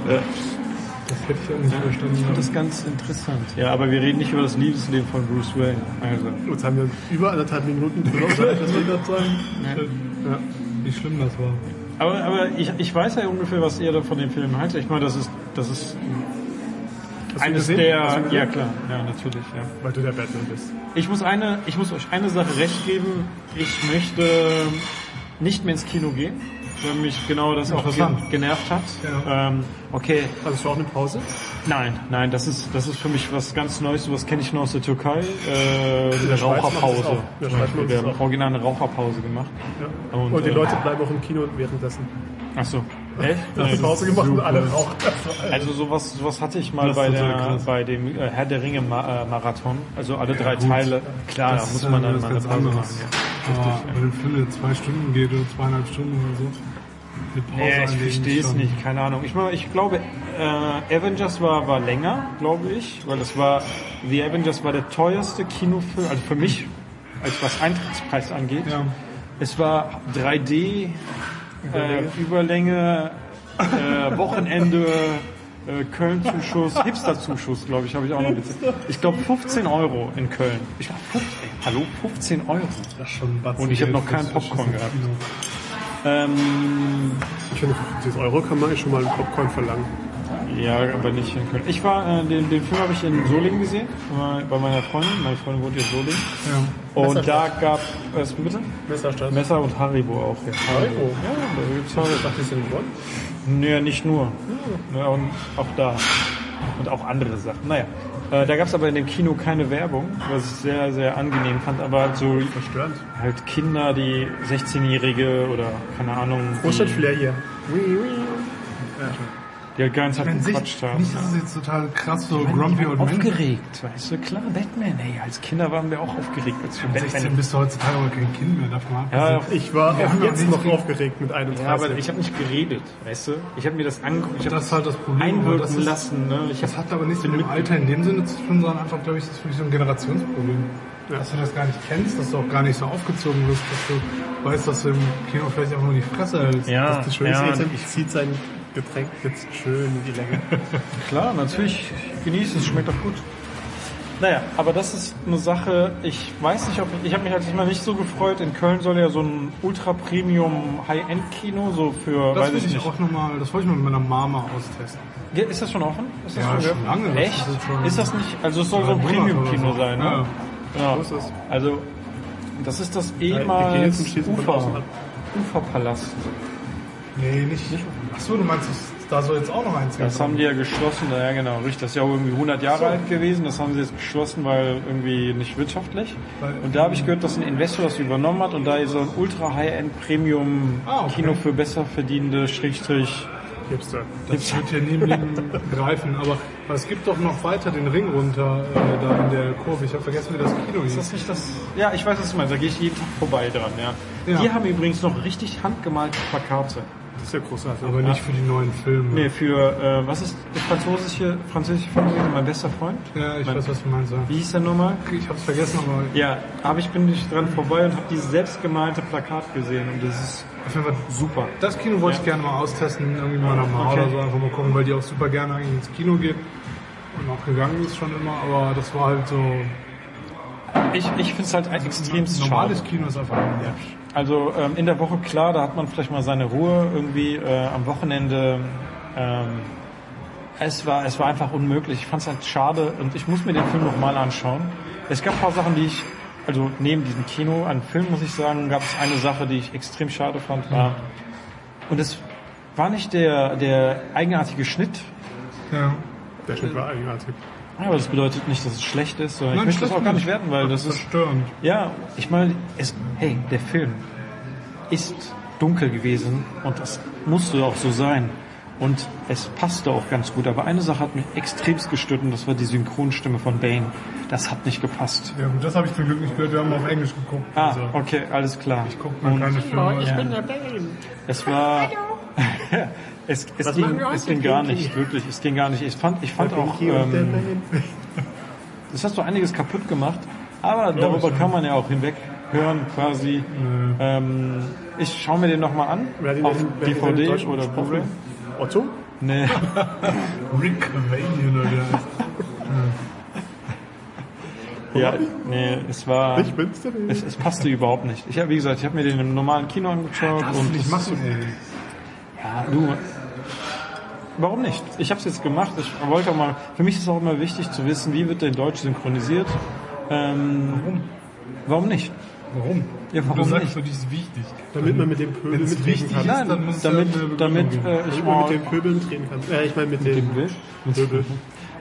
Das hätte ich auch nicht verstanden.
Das ist ganz interessant. Ja, aber wir reden nicht über das Liebesleben von Bruce Wayne. Also.
Jetzt haben wir über anderthalb [LAUGHS] Minuten drüber
Vielleicht, das
unterhalten.
wird das sein.
Ja.
Wie schlimm das war.
Aber, aber ich, ich weiß ja ungefähr, was ihr da von dem Film haltet. Ich meine, das ist, das ist
Hast du ihn
Eines
gesehen? Hast du ihn gesehen?
der, ja klar, ja, natürlich, ja.
Weil du der Batman bist.
Ich muss eine, ich muss euch eine Sache recht geben. Ich möchte nicht mehr ins Kino gehen, weil mich genau das auch ge
Interessant.
genervt hat.
Ja.
Ähm, okay,
Hattest du Also auch eine Pause?
nein, nein, das ist, das ist für mich was ganz Neues, sowas kenne ich nur aus der Türkei. Äh, eine
der Schweiz macht das auch.
Raucherpause.
In der
Zum
Schweiz
Beispiel.
macht das
Wir haben
auch.
original eine Raucherpause gemacht.
Ja.
Und,
Und, die
äh,
Leute bleiben auch im Kino währenddessen.
Achso. Echt?
Hast du Pause gemacht und alle rauchen.
Also sowas, sowas hatte ich mal
Das ist
bei,
total
der,
krass.
bei dem äh, Herr der Ringe Ma äh, Marathon. Also alle drei Teile. Klar, Ah, da
äh, ist
muss
ja
man dann
was
mal eine
ganz
Pause machen.
anderes.
Ja.
Aber Bei dem Film, der zwei Stunden geht oder zweieinhalb Stunden oder so. Eine Pause
Nee, ich
einlegen
verstehe es
schon.
nicht, keine Ahnung. Ich, meine, ich glaube, äh, Avengers war, war länger, glaube ich, weil das war, The Avengers war der teuerste Kinofilm, also für mich, als was Eintrittspreis angeht.
Ja.
Es war 3D, äh, Überlänge, äh, Wochenende, äh,
[LAUGHS]
Köln-Zuschuss, Hipster-Zuschuss, glaube ich, habe ich auch noch bezahlt. Ich glaube 15 Euro in Köln. Ich glaube, 15, hallo, 15 Euro.
Das ist schon ein Batzen
Und ich hab
Geld
noch keinen
fürs
Popcorn
Kino.
Ähm,
Ich finde, für dieses Euro kann man eigentlich schon mal einen Popcorn verlangen.
Ja, aber nicht in Köln. Ich war, äh, den, den Film habe ich in Solingen gesehen, bei- bei meiner Freundin. Meine Freundin wohnt in Solingen.
Ja.
Und da gab es, bitte?
Messerstadt.
Messer und Haribo auch. Ja,
Euro.
Ja, da gibt's Haribo.
Dachte ich, sind gewonnen.
Naja, nicht nur. Ja, und auch da. Und auch andere Sachen. Naja. Äh, da gab es aber in dem Kino keine Werbung, was ich sehr, sehr angenehm fand. Aber so
Verstörend.
halt Kinder, die 16-Jährige oder keine Ahnung, die,
Großstadtflair hier.
die halt ganz hart
An sich,
gequatscht haben.
nicht, dass es jetzt total krass so
Ich
grumpy
war
und männlich
aufgeregt, weißt du, klar, Batman, ey, als Kinder waren wir auch aufgeregt, als wir
16
Batman...
bist du heutzutage aber kein Kind mehr davon ab.
Ja,
Ich war
Wir
auch
haben noch
jetzt
nichts
noch
gegen-
aufgeregt mit 31.
ja, aber ich habe nicht geredet, weißt du, ich habe mir das angeguckt, ich habe
Das ist halt das Problem, aber
einwirken
das ist-
lassen, ne, ich
Das
hab,
hat aber nichts mit dem Alter in dem Sinne zu tun, sondern einfach, glaube ich, das ist wirklich so ein Generationsproblem. Dass du das gar nicht kennst, dass du auch gar nicht so aufgezogen wirst, dass du weißt, dass du im Kino vielleicht einfach nur die Fresse hältst.
Ja.
das ist das Schönste.
ja,
jetzt, ich zieht sein Getränk jetzt schön in die Länge. [LAUGHS]
klar, natürlich, genießen, es schmeckt doch gut. Naja, aber das ist eine Sache, ich weiß nicht, ob ich, ich habe mich halt immer nicht so gefreut, in Köln soll ja so ein Ultra-Premium-High-End-Kino, so für,
Das
weiß
will
ich
ich
nicht,
auch nochmal, das wollte ich mal mit meiner Mama austesten.
Ja, Ist das schon offen? Ist das
Ja, schon
geöffnet?
lange. Das
Echt?
ist
Ist,
jetzt schon-
das nicht? Also es soll so ein
Drei Monate
Premium-Kino
oder so.
sein, ne? Ja.
ist es.
Also das ist das
wir gehen jetzt
ehemals
und schließen von außen
Ufer,
ab.
Uferpalast.
Nee, nicht. Achso, du meinst, das- da soll jetzt auch noch eins
Das haben die ja geschlossen, ja genau, richtig. Das ist ja auch irgendwie 100 Jahre alt gewesen, das haben sie jetzt geschlossen, weil irgendwie nicht wirtschaftlich.
Weil-
und da habe ich gehört, dass ein Investor das übernommen hat und da so ein Ultra-High-End-Premium-Kino
Ah, okay.
für besser verdienende, Schrägstrich,
Hipster.
Das wird hier nie im Leben greifen, aber es gibt doch noch weiter den Ring runter, äh, da in der Kurve. Ich habe vergessen, wie das Kino hieß.
Ist das nicht das? Ja, ich weiß, was du meinst. Da gehe ich jeden Tag vorbei dran, ja.
Ja.
Die haben übrigens noch richtig handgemalte Plakate.
Das ist ja großartig.
aber nicht für die neuen Filme.
Nee, für, äh, was ist das französische, französische Fernsehen? Mein bester Freund?
Ja, ich
mein,
weiß, was du meinst. ja.
Wie hieß der nochmal?
Ich hab's vergessen, aber
Ja, aber ich bin nicht dran vorbei und habe dieses selbstgemalte Plakat gesehen und das ist
auf jeden Fall
super.
Das Kino wollte
Ja.
ich gerne mal austesten, irgendwie mal nach Mama
Okay.
oder so, einfach mal gucken, weil die auch super gerne eigentlich ins Kino geht und auch gegangen ist schon immer, aber das war halt so...
Ich, ich finde es halt ein extremst schade.
normales Kino ist einfach ein Arsch.
Also ähm, in der Woche, klar, da hat man vielleicht mal seine Ruhe irgendwie äh, am Wochenende. Ähm, es, war, es war einfach unmöglich. Ich fand es halt schade und ich muss mir den Film nochmal anschauen. Es gab ein paar Sachen, die ich, also neben diesem Kino an Film, muss ich sagen, gab es eine Sache, die ich extrem schade fand. War, und es war nicht der, der eigenartige Schnitt.
Ja.
Der Schnitt war eigenartig.
Aber das bedeutet nicht, dass es schlecht ist, sondern ich möchte das
schlecht
auch gar nicht werten, weil das ist
verstörend.
ja, ich meine, es, hey, der Film ist dunkel gewesen und das musste auch so sein. Und es passte auch ganz gut. Aber eine Sache hat mich extremst gestört und das war die Synchronstimme von Bane. Das hat nicht gepasst.
Ja gut, das habe ich zum Glück nicht gehört, wir haben auf Englisch geguckt.
Ah,
also,
okay, alles klar.
Ich guck mal keine Filme.
Ich
Ja.
bin der Bane.
Es war, [LAUGHS] es, es, ging, es ging gar nicht, wirklich. Es ging gar nicht. Ich fand, ich fand auch,
Pinky und der
ähm,
Bane.
Das hast du einiges kaputt gemacht, aber darüber kann man ja auch hinweg hören quasi. Ähm, ich schaue mir den nochmal an
Wer hat ihn
auf
denn- wer hat ihn denn in
DVD
Deutschland
oder
gesprochen?
Blu-ray.
Otto?
Nee, [LAUGHS]
Rick Vanian oder der heißt.
ja, nee, es war
Ich bin's der Bane.
es, es passte überhaupt nicht. Ich habe wie gesagt, ich habe mir den im normalen Kino angeschaut
Das
und
will ich
das-
machen, ey.
ja, du Warum nicht? Ich habe es jetzt gemacht. Ich wollte auch mal. Für mich ist auch immer wichtig zu wissen, wie wird denn Deutsch synchronisiert. Ähm,
Warum?
warum nicht?
Warum?
Ja, warum
du sagst
nicht?
so, die ist wichtig.
Damit man mit dem Pöbel
Wenn's
mitreden
wichtig
kann.
ist,
Nein,
dann muss es
damit,
ja eine
damit
Begründung
äh, ich
damit man
mal
mit den Pöbeln reden kann. Äh, ich meine mit, dem,
den Bild.
Pöbel.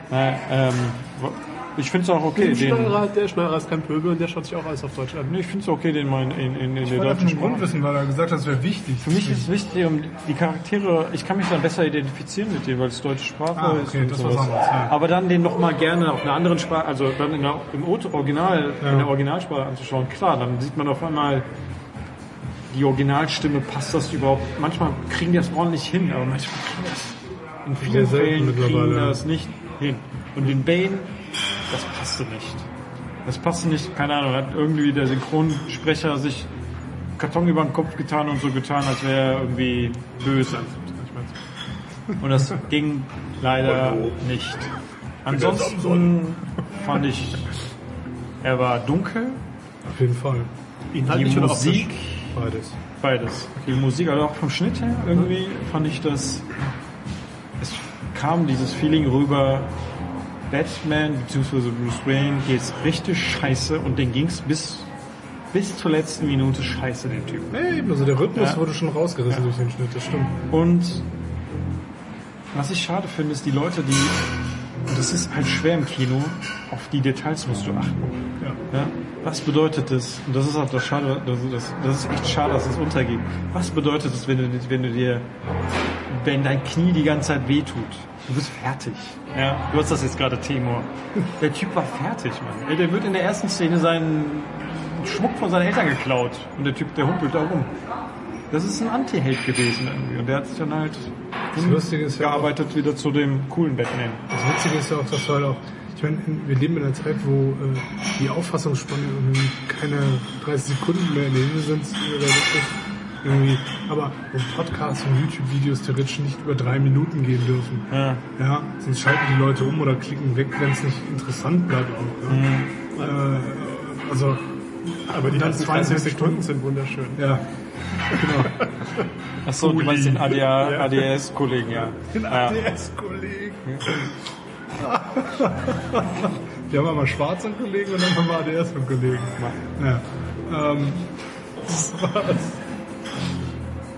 Nein, ähm, wo- ich finde es auch okay,
Der
den.
Schneiderer, der Schneiderer ist kein Pöbel und der schaut sich auch alles auf Deutsch an.
Nee, ich finde es okay, den mal in, in, in, in der
Ich wollte
deutschen
einfach nur
Sprache.
Grundwissen, weil er gesagt hat, es wäre wichtig.
Für mich ist es wichtig, um die Charaktere, ich kann mich dann besser identifizieren mit denen, weil es deutsche Sprache
Ah,
ist
okay,
und
das ist was
sowas.
anderes, ja.
Aber dann den nochmal gerne auf einer anderen Sprache, also dann in der, im O- Original, in der Originalsprache anzuschauen. Klar, dann sieht man auf einmal die Originalstimme, passt das überhaupt. Manchmal kriegen die das ordentlich hin, aber manchmal kriegen die das in
Sehr
vielen
selten
Fällen kriegen
mittlerweile,
die
ja.
das nicht hin. Und den Bane, das passte nicht. Das passte nicht, keine Ahnung, hat irgendwie der Synchronsprecher sich Karton über den Kopf getan und so getan, als wäre er irgendwie böse. Und das ging leider nicht. Ansonsten fand ich, er war dunkel,
Auf jeden Fall. Halt
die
Inhaltlich oder
Musik,
Beides.
beides. Die Musik, also auch vom Schnitt her irgendwie fand ich das, es kam dieses Feeling rüber, Batman bzw. Bruce Wayne geht's richtig scheiße und den ging's bis, bis zur letzten Minute scheiße, den Typen.
Nee, eben, also der Rhythmus
Ja.
wurde schon rausgerissen durch den Schnitt, das stimmt.
Und was ich schade finde, ist die Leute, die, und das ist halt schwer im Kino, auf die Details musst du achten. Ja? Was bedeutet das? Und das ist halt das Schade, das, das, das ist echt schade, dass es untergeht. Was bedeutet es, wenn du, wenn du dir, wenn dein Knie die ganze Zeit wehtut? Du bist fertig. Ja, du hast das jetzt gerade, Timur. Der Typ war fertig, Mann. Ey, der wird in der ersten Szene seinen Schmuck von seinen Eltern geklaut. Und der Typ, der humpelt da rum. Das ist ein Anti-Held gewesen irgendwie. Und der hat sich dann halt
Das Lustige ist ja auch-
gearbeitet wieder zu dem coolen Batman.
Das Witzige ist ja auch, dass du halt auch, ich meine, in- wir leben in einer Zeit, wo äh, die Auffassungsspanne irgendwie keine 30 Sekunden mehr in der Hinsicht sind. oder das ist Irgendwie, aber wo Podcasts und YouTube-Videos theoretisch nicht über drei Minuten gehen dürfen.
Ja.
Ja, sonst schalten die Leute um oder klicken weg, wenn es nicht interessant bleibt. Auch, ne? äh, also,
Mhm. Aber die
Dann
ganzen
22
22 Stunden sind wunderschön.
ja,
Ach so, du
Uli.
meinst den
Ja.
ADS-Kollegen, ja.
den
ja.
ADS-Kollegen. [LAUGHS] Wir haben einmal schwarze Kollegen und dann haben wir ADS und Kollegen. Ja. Ähm, [LAUGHS] das war's.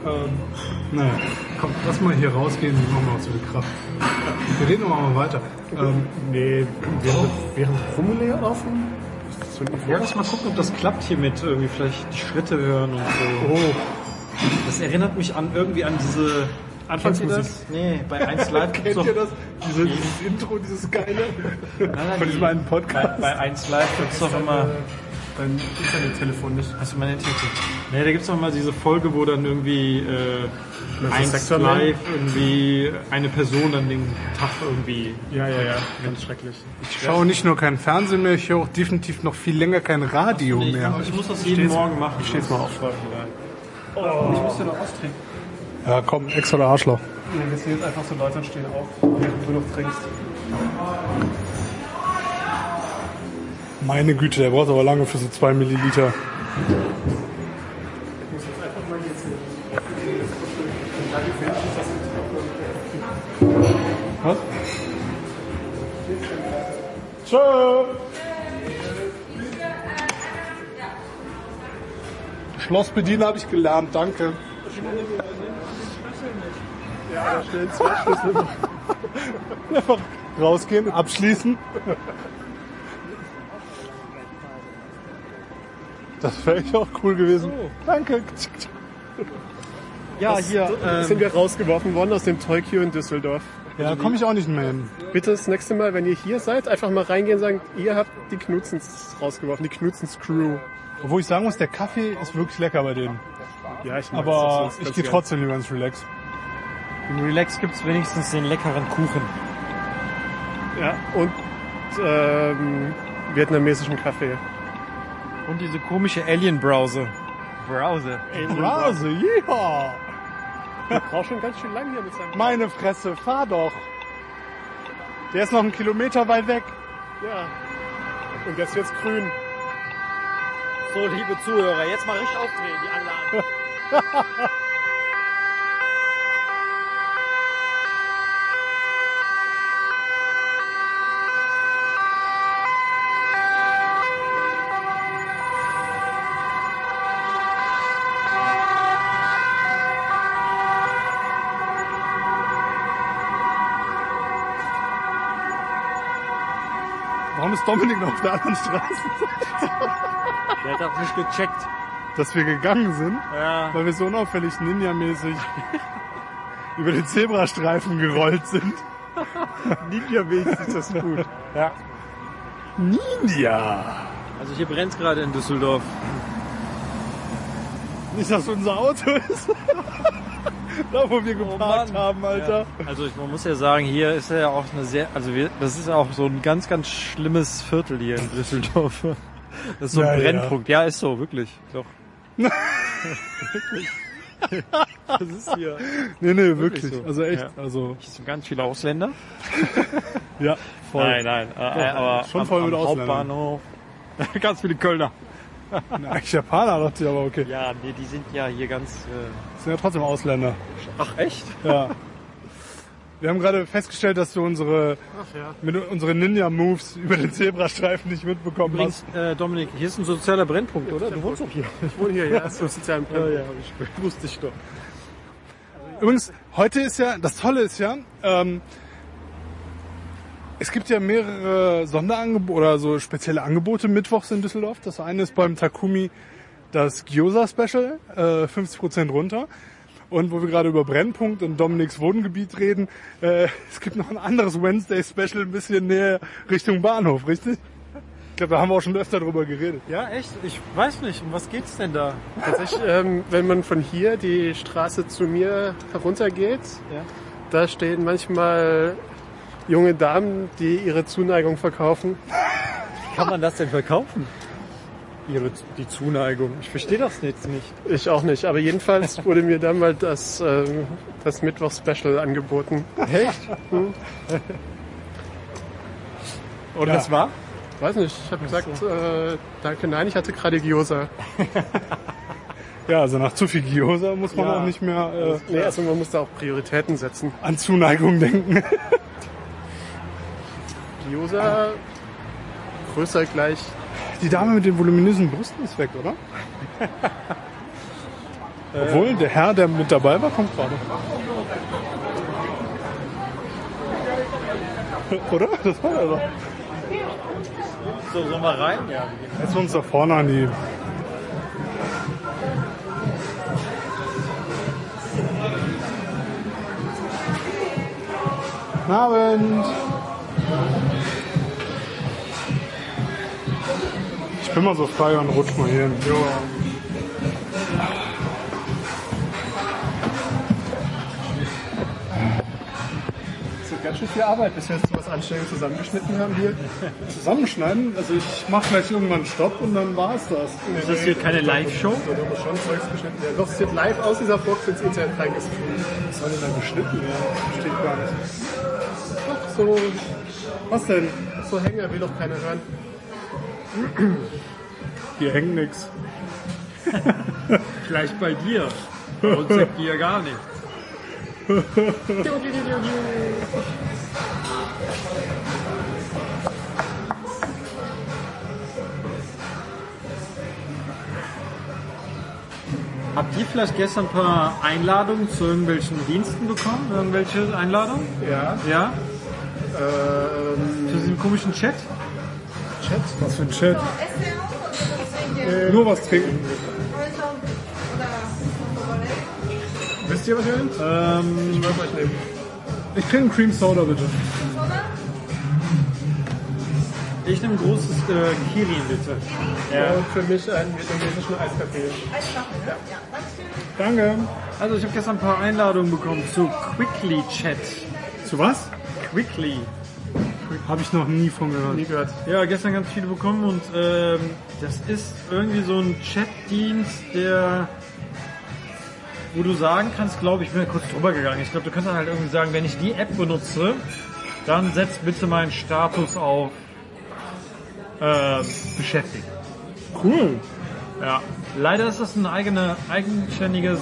Ähm, naja, komm, lass mal hier rausgehen und machen wir uns wieder Kraft. Wir reden aber mal weiter. Ähm, Oh.
Nee, während, während Rummelee laufen? Ist das so ein
Ja, lass mal gucken, ob das klappt hier mit irgendwie vielleicht die Schritte hören und so.
Oh,
Das erinnert mich an irgendwie an diese
Anfangsmusik.
Kennt ihr das? Nee, [LAUGHS] bei 1 Live gibt's
kennt
doch
ihr das? Diese, dieses Intro, dieses geile
Nein, nein,
von
die-
diesem einen Podcast?
Bei, bei 1 Live gibt's doch immer
dein Internettelefon nicht.
Hast du meine Intention? Nee, da gibt's doch mal diese Folge, wo dann irgendwie äh,
Das ist
1
Sektor Man.
Live irgendwie eine Person dann den Tag irgendwie
Ja, ja, ja. Ganz schrecklich.
Ich schaue nicht nur kein Fernsehen mehr, ich höre auch definitiv noch viel länger kein Radio
Ich,
mehr.
ich muss das jeden Morgen machen. Ich
Jetzt mal auf.
Ich muss ja noch austrinken.
Ja, komm, Ex oder Arschloch.
Nee, wir sind jetzt einfach so Leute und stehen auf, während du noch trinkst.
Meine Güte, der braucht aber lange für so zwei Milliliter. Was? Tschö! Schloss bedienen habe ich gelernt, danke. Einfach rausgehen, abschließen. Das wäre echt auch cool gewesen. Danke.
Oh. Ja, hier. ähm,
sind wir rausgeworfen worden aus dem Toy Q in Düsseldorf.
Ja, da komme ich auch nicht mehr hin.
Bitte das nächste Mal, wenn ihr hier seid, einfach mal reingehen und sagen, ihr habt die Knutzens rausgeworfen, die Knutzens Crew.
Obwohl ich sagen muss, der Kaffee ist wirklich lecker bei denen.
Ja, ich mag's doch
Aber
sonst
ich
ganz
gehe
gern.
trotzdem lieber ins Relax.
Im Relax gibt's wenigstens den leckeren Kuchen.
Ja, und ähm, vietnamesischen Kaffee.
Und diese komische Alien-Browser. Browser.
Rase, ja!
Braucht schon ganz schön lang hier mit seinem...
Meine Fresse, fahr doch! Der ist noch einen Kilometer weit weg.
Ja. Und das ist jetzt grün.
So, liebe Zuhörer, jetzt mal richtig aufdrehen, die Anlage.
Warum ist Dominik noch auf der anderen Straße?
Der hat auch nicht gecheckt.
Dass wir gegangen sind,
Ja.
weil wir so unauffällig ninja-mäßig über den Zebrastreifen gerollt sind.
[LAUGHS] Ninja-mäßig ist das gut.
ja.
Ninja!
Also hier brennt gerade in Düsseldorf.
Nicht, dass unser Auto ist. da, wo wir
Oh
geparkt Halt haben, Alter.
Also ich, man muss ja sagen, hier ist ja auch eine sehr, also wir, das ist ja auch so ein ganz, ganz schlimmes Viertel hier in Düsseldorf. Das ist so ein
Ja, ja.
Brennpunkt. Ja. ist so, wirklich. Doch. wirklich. Das ist hier.
Nee, nee, wirklich.
so.
Also echt.
Ja.
Also,
Hier sind ganz viele Ausländer.
[LAUGHS] ja.
Voll. Nein, nein. Äh, äh, aber
schon
am,
voll mit
am
Ausländern.
Hauptbahnhof. [LAUGHS] ganz viele Kölner.
Na, Eigentlich Japaner, dachte ich, aber okay.
Ja, nee, die sind ja hier ganz. Äh,
Sind ja trotzdem Ausländer.
Ach echt?
Ja. Wir haben gerade festgestellt, dass du unsere, mit unseren Ninja-Moves über den Zebrastreifen nicht mitbekommen
Übrigens, äh, Dominik, hier ist ein sozialer Brennpunkt, oder? Du wohnst doch hier.
Ich wohne hier, ja, ist im sozialen Plan.
Ja, ja,
[LAUGHS]
ich wusste ich doch.
hast. Übrigens, heute ist ja, das Tolle ist ja, ähm, es gibt ja mehrere Sonderangebote oder so spezielle Angebote mittwochs in Düsseldorf. Das eine ist beim Takumi das Gyoza-Special, äh, 50% runter. Und wo wir gerade über Brennpunkt und Dominiks Wohngebiet reden, äh, [LAUGHS] es gibt noch ein anderes Wednesday-Special ein bisschen näher Richtung Bahnhof, richtig? Ich glaube, da haben wir auch schon öfter drüber geredet.
Ja, echt? Ich weiß nicht. Um was geht's denn da?
Tatsächlich, ähm, wenn man von hier die Straße zu mir heruntergeht,
Ja.
da stehen manchmal junge Damen, die ihre Zuneigung verkaufen.
Kann man das denn verkaufen? Ihre, die Zuneigung. Ich verstehe das jetzt nicht.
Ich auch nicht, aber
[LAUGHS]
jedenfalls wurde mir dann mal das, ähm, das Mittwoch-Special angeboten.
Echt? Und
Ja.
das war?
Weiß nicht, ich habe gesagt, äh, danke, nein, ich hatte gerade Gyoza.
Ja, also nach zu viel Gyoza muss man
Ja.
auch nicht mehr äh,
Nee, also man muss da auch Prioritäten setzen.
an Zuneigung denken.
Gyoza, größer gleich.
Die Dame mit den voluminösen Brüsten ist weg, oder? [LAUGHS] Obwohl, der Herr, der mit dabei war, kommt gerade. [LAUGHS] Oder? Das war er doch.
So, sollen wir rein? Ja.
Jetzt uns da vorne an die... Guten Abend. Ich bin mal so frei und rutsch mal hier. hin.
So ganz schön viel Arbeit, bis wir jetzt sowas anständig zusammengeschnitten haben
[LAUGHS]
hier.
Zusammenschneiden, also ich mache gleich irgendwann Stopp und dann war's das.
Ist das hier keine Live-Show?
So, da muss schon Zeugs geschnitten werden. Doch, es wird live aus dieser Box eh ins Internet reingespielt.
Was soll denn da geschnitten werden? Versteht gar nicht.
Doch, so,
Was denn?
so Hänger will doch keiner hören.
Hier hängt nix.
Gleich bei dir. Und sagt dir gar nicht. Habt ihr vielleicht gestern ein paar Einladungen zu irgendwelchen Diensten bekommen? Irgendwelche Einladungen?
Ja,
Ja?
ähm,
Zu diesem komischen Chat?
Chat.
Was für ein Chat.
Este ojo no lo conseguí.
Nur was trinken.
Por eso, la...
Wisst ihr, was ihr nehmt?
Ähm,
Ich wollte euch nehmen.
Ich krieg einen Cream Soda bitte.
ich nehme ein großes äh, Kirin, bitte.
Und für mich einen vietnamesischen Eiskaffee.
Danke.
Also ich habe gestern ein paar Einladungen bekommen zu Quickly Chat.
Zu was?
Quickly.
Habe ich noch nie von gehört.
Nie gehört.
Ja, gestern ganz viele bekommen und ähm, das ist irgendwie so ein Chatdienst, der wo du sagen kannst, glaube ich, ich bin ja kurz drüber gegangen. Ich glaube, du kannst dann halt irgendwie sagen, wenn ich die App benutze, dann setz bitte meinen Status auf äh, beschäftigt.
Cool.
Ja. Leider ist das ein eigene, eigenständiges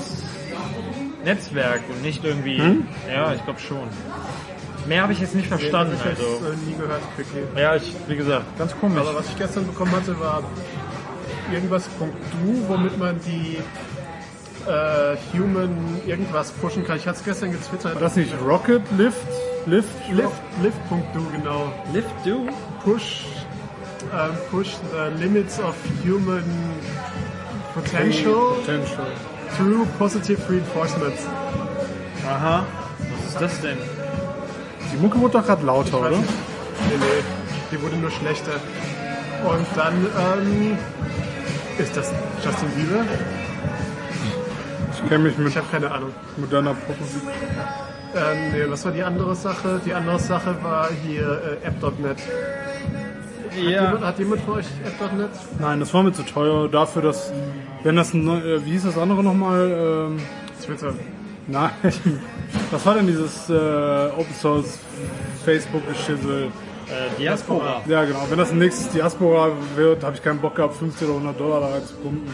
Netzwerk und nicht irgendwie. Ja, ich glaube schon. Mehr habe ich jetzt nicht verstanden.
Ich hab's,
Also.
äh, nie gehört, quickly.
Ja, ich, wie gesagt, ganz komisch.
Aber was ich gestern bekommen hatte, war irgendwas Punkt .du, womit man die äh, Human irgendwas pushen kann. Ich hatte es gestern getwittert.
War das nicht Rocket Lift? Lift?
Lift, Lift.du, genau.
Lift Do?
Push uh, push the limits of human potential
Potential.
through positive reinforcement.
Aha. Was ist das denn?
Die Mucke wurde doch gerade lauter,
Weiß
oder?
nicht. Also, Nee, nee, die wurde nur schlechter. Und dann ähm, ist das Justin Bieber?
Ich kenne mich
Ich
mit
habe keine Ahnung.
moderner Popmusik.
Ähm, nee, was war die andere Sache? Die andere Sache war hier äh, app.net. Jemand,
Ja.
hat jemand von euch app.net?
Nein, das war mir zu teuer dafür, dass wenn das ein neu- äh, wie hieß das andere nochmal? Ähm,
Twitter.
nein. [LAUGHS] Was war denn dieses äh, Open Source Facebook Geschissel?
Äh, Diaspora.
Ja genau, wenn das ein nächstes Diaspora wird, habe ich keinen Bock gehabt, 50 oder 100 Dollar da reinzupumpen.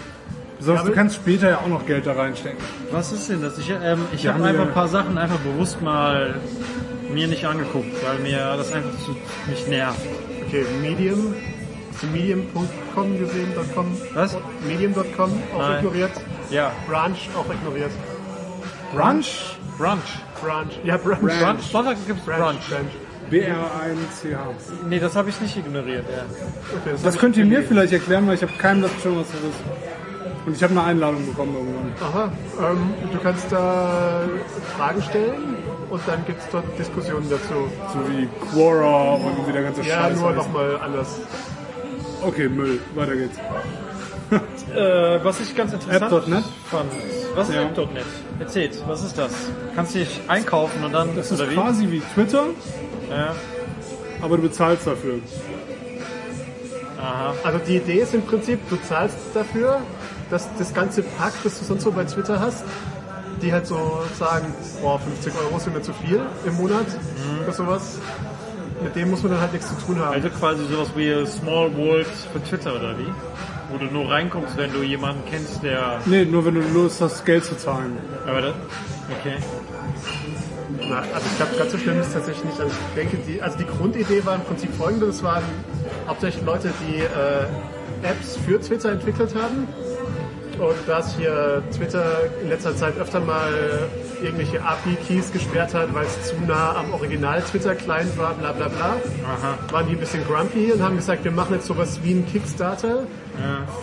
Besonders du kannst später ja auch noch Geld da reinstecken.
Was ist denn das? Ich, ähm, ich
Wir
habe
haben
einfach
hier-
ein paar Sachen einfach bewusst mal mir nicht angeguckt, weil mir das einfach zu, mich nervt.
Okay, Medium. Zu medium.com gesehen, .com.
Was?
Medium.com, auch
Nein.
ignoriert.
Ja.
Branch, auch ignoriert.
Brunch?
Brunch.
Branch. Ja, Branch.
Brunch. Sonntag gibt's Brunch.
Branch. Branch.
BR1CH.
Nee, das habe ich nicht ignoriert. Ja.
Okay,
Das könnt ihr mir vielleicht erklären, weil ich habe keinem das schon was zu wissen. Und ich habe eine Einladung bekommen irgendwann.
Aha, ähm, du kannst da Fragen stellen und dann gibt es dort Diskussionen dazu.
So wie Quora und wie der ganze
Ja,
Scheiß.
nur
heißt.
nochmal anders.
Okay, Müll. Weiter geht's.
Äh, was ich ganz interessant
App.net?
fand. Was ist
Ja.
App.net? Erzählt, was ist das? Kannst du dich einkaufen und dann
Das ist quasi wie Twitter,
Ja.
aber du bezahlst dafür.
Aha.
Also die Idee ist im Prinzip, du zahlst dafür, dass das ganze Pack, das du sonst so bei Twitter hast, die halt so sagen, boah, 50 Euro sind mir zu viel im Monat oder sowas. Mit dem muss man dann halt nichts zu tun haben.
Also quasi sowas wie Small Worlds für Twitter oder wie? Wo du nur reinkommst, wenn du jemanden kennst, der.
Nee, nur wenn du Lust hast, Geld zu zahlen.
Aber das. Okay.
Na, also ich glaube, ganz so schlimm ist es tatsächlich nicht. Also ich denke, die, also die Grundidee war im Prinzip folgende. Es waren hauptsächlich Leute, die äh, Apps für Twitter entwickelt haben. Und da es hier Twitter in letzter Zeit öfter mal irgendwelche API-Keys gesperrt hat, weil es zu nah am Original Twitter-Client war, bla bla bla, waren die ein bisschen grumpy und haben gesagt, wir machen jetzt sowas wie einen Kickstarter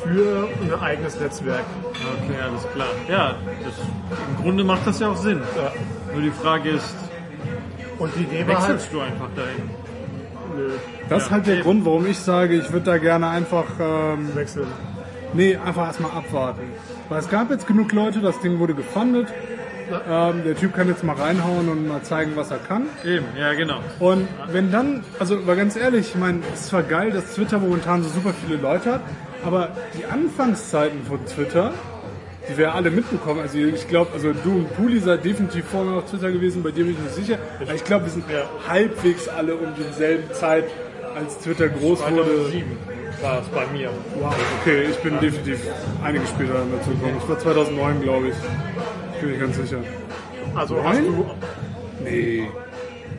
für ein eigenes Netzwerk.
Okay, alles klar. Ja, das, im Grunde macht das ja auch Sinn.
Ja.
Nur die Frage ist,
Und die Idee war halt,
wechselst du einfach dahin?
Das ist halt der
eben.
Grund, warum ich sage, ich würde da gerne einfach, ähm,
wechseln.
nee, einfach erstmal abwarten. Weil es gab jetzt genug Leute, das Ding wurde gefundet. Ähm, der Typ kann jetzt mal reinhauen und mal zeigen, was er kann.
Eben, ja genau.
Und wenn dann, also mal ganz ehrlich, ich meine, es ist zwar geil, dass Twitter momentan so super viele Leute hat, aber die Anfangszeiten von Twitter, die wir ja alle mitbekommen, also ich glaube, also du und Puli seid definitiv vorher auf Twitter gewesen, bei dir bin ich nicht sicher, aber ich glaube, wir sind halbwegs alle um dieselbe Zeit, als Twitter groß wurde.
2007 war es bei mir.
Wow, okay, ich bin definitiv einige später dazu gekommen. Ich war 2009, glaube ich. Bin ich ganz sicher.
Also hast
Nein?
du
Nee.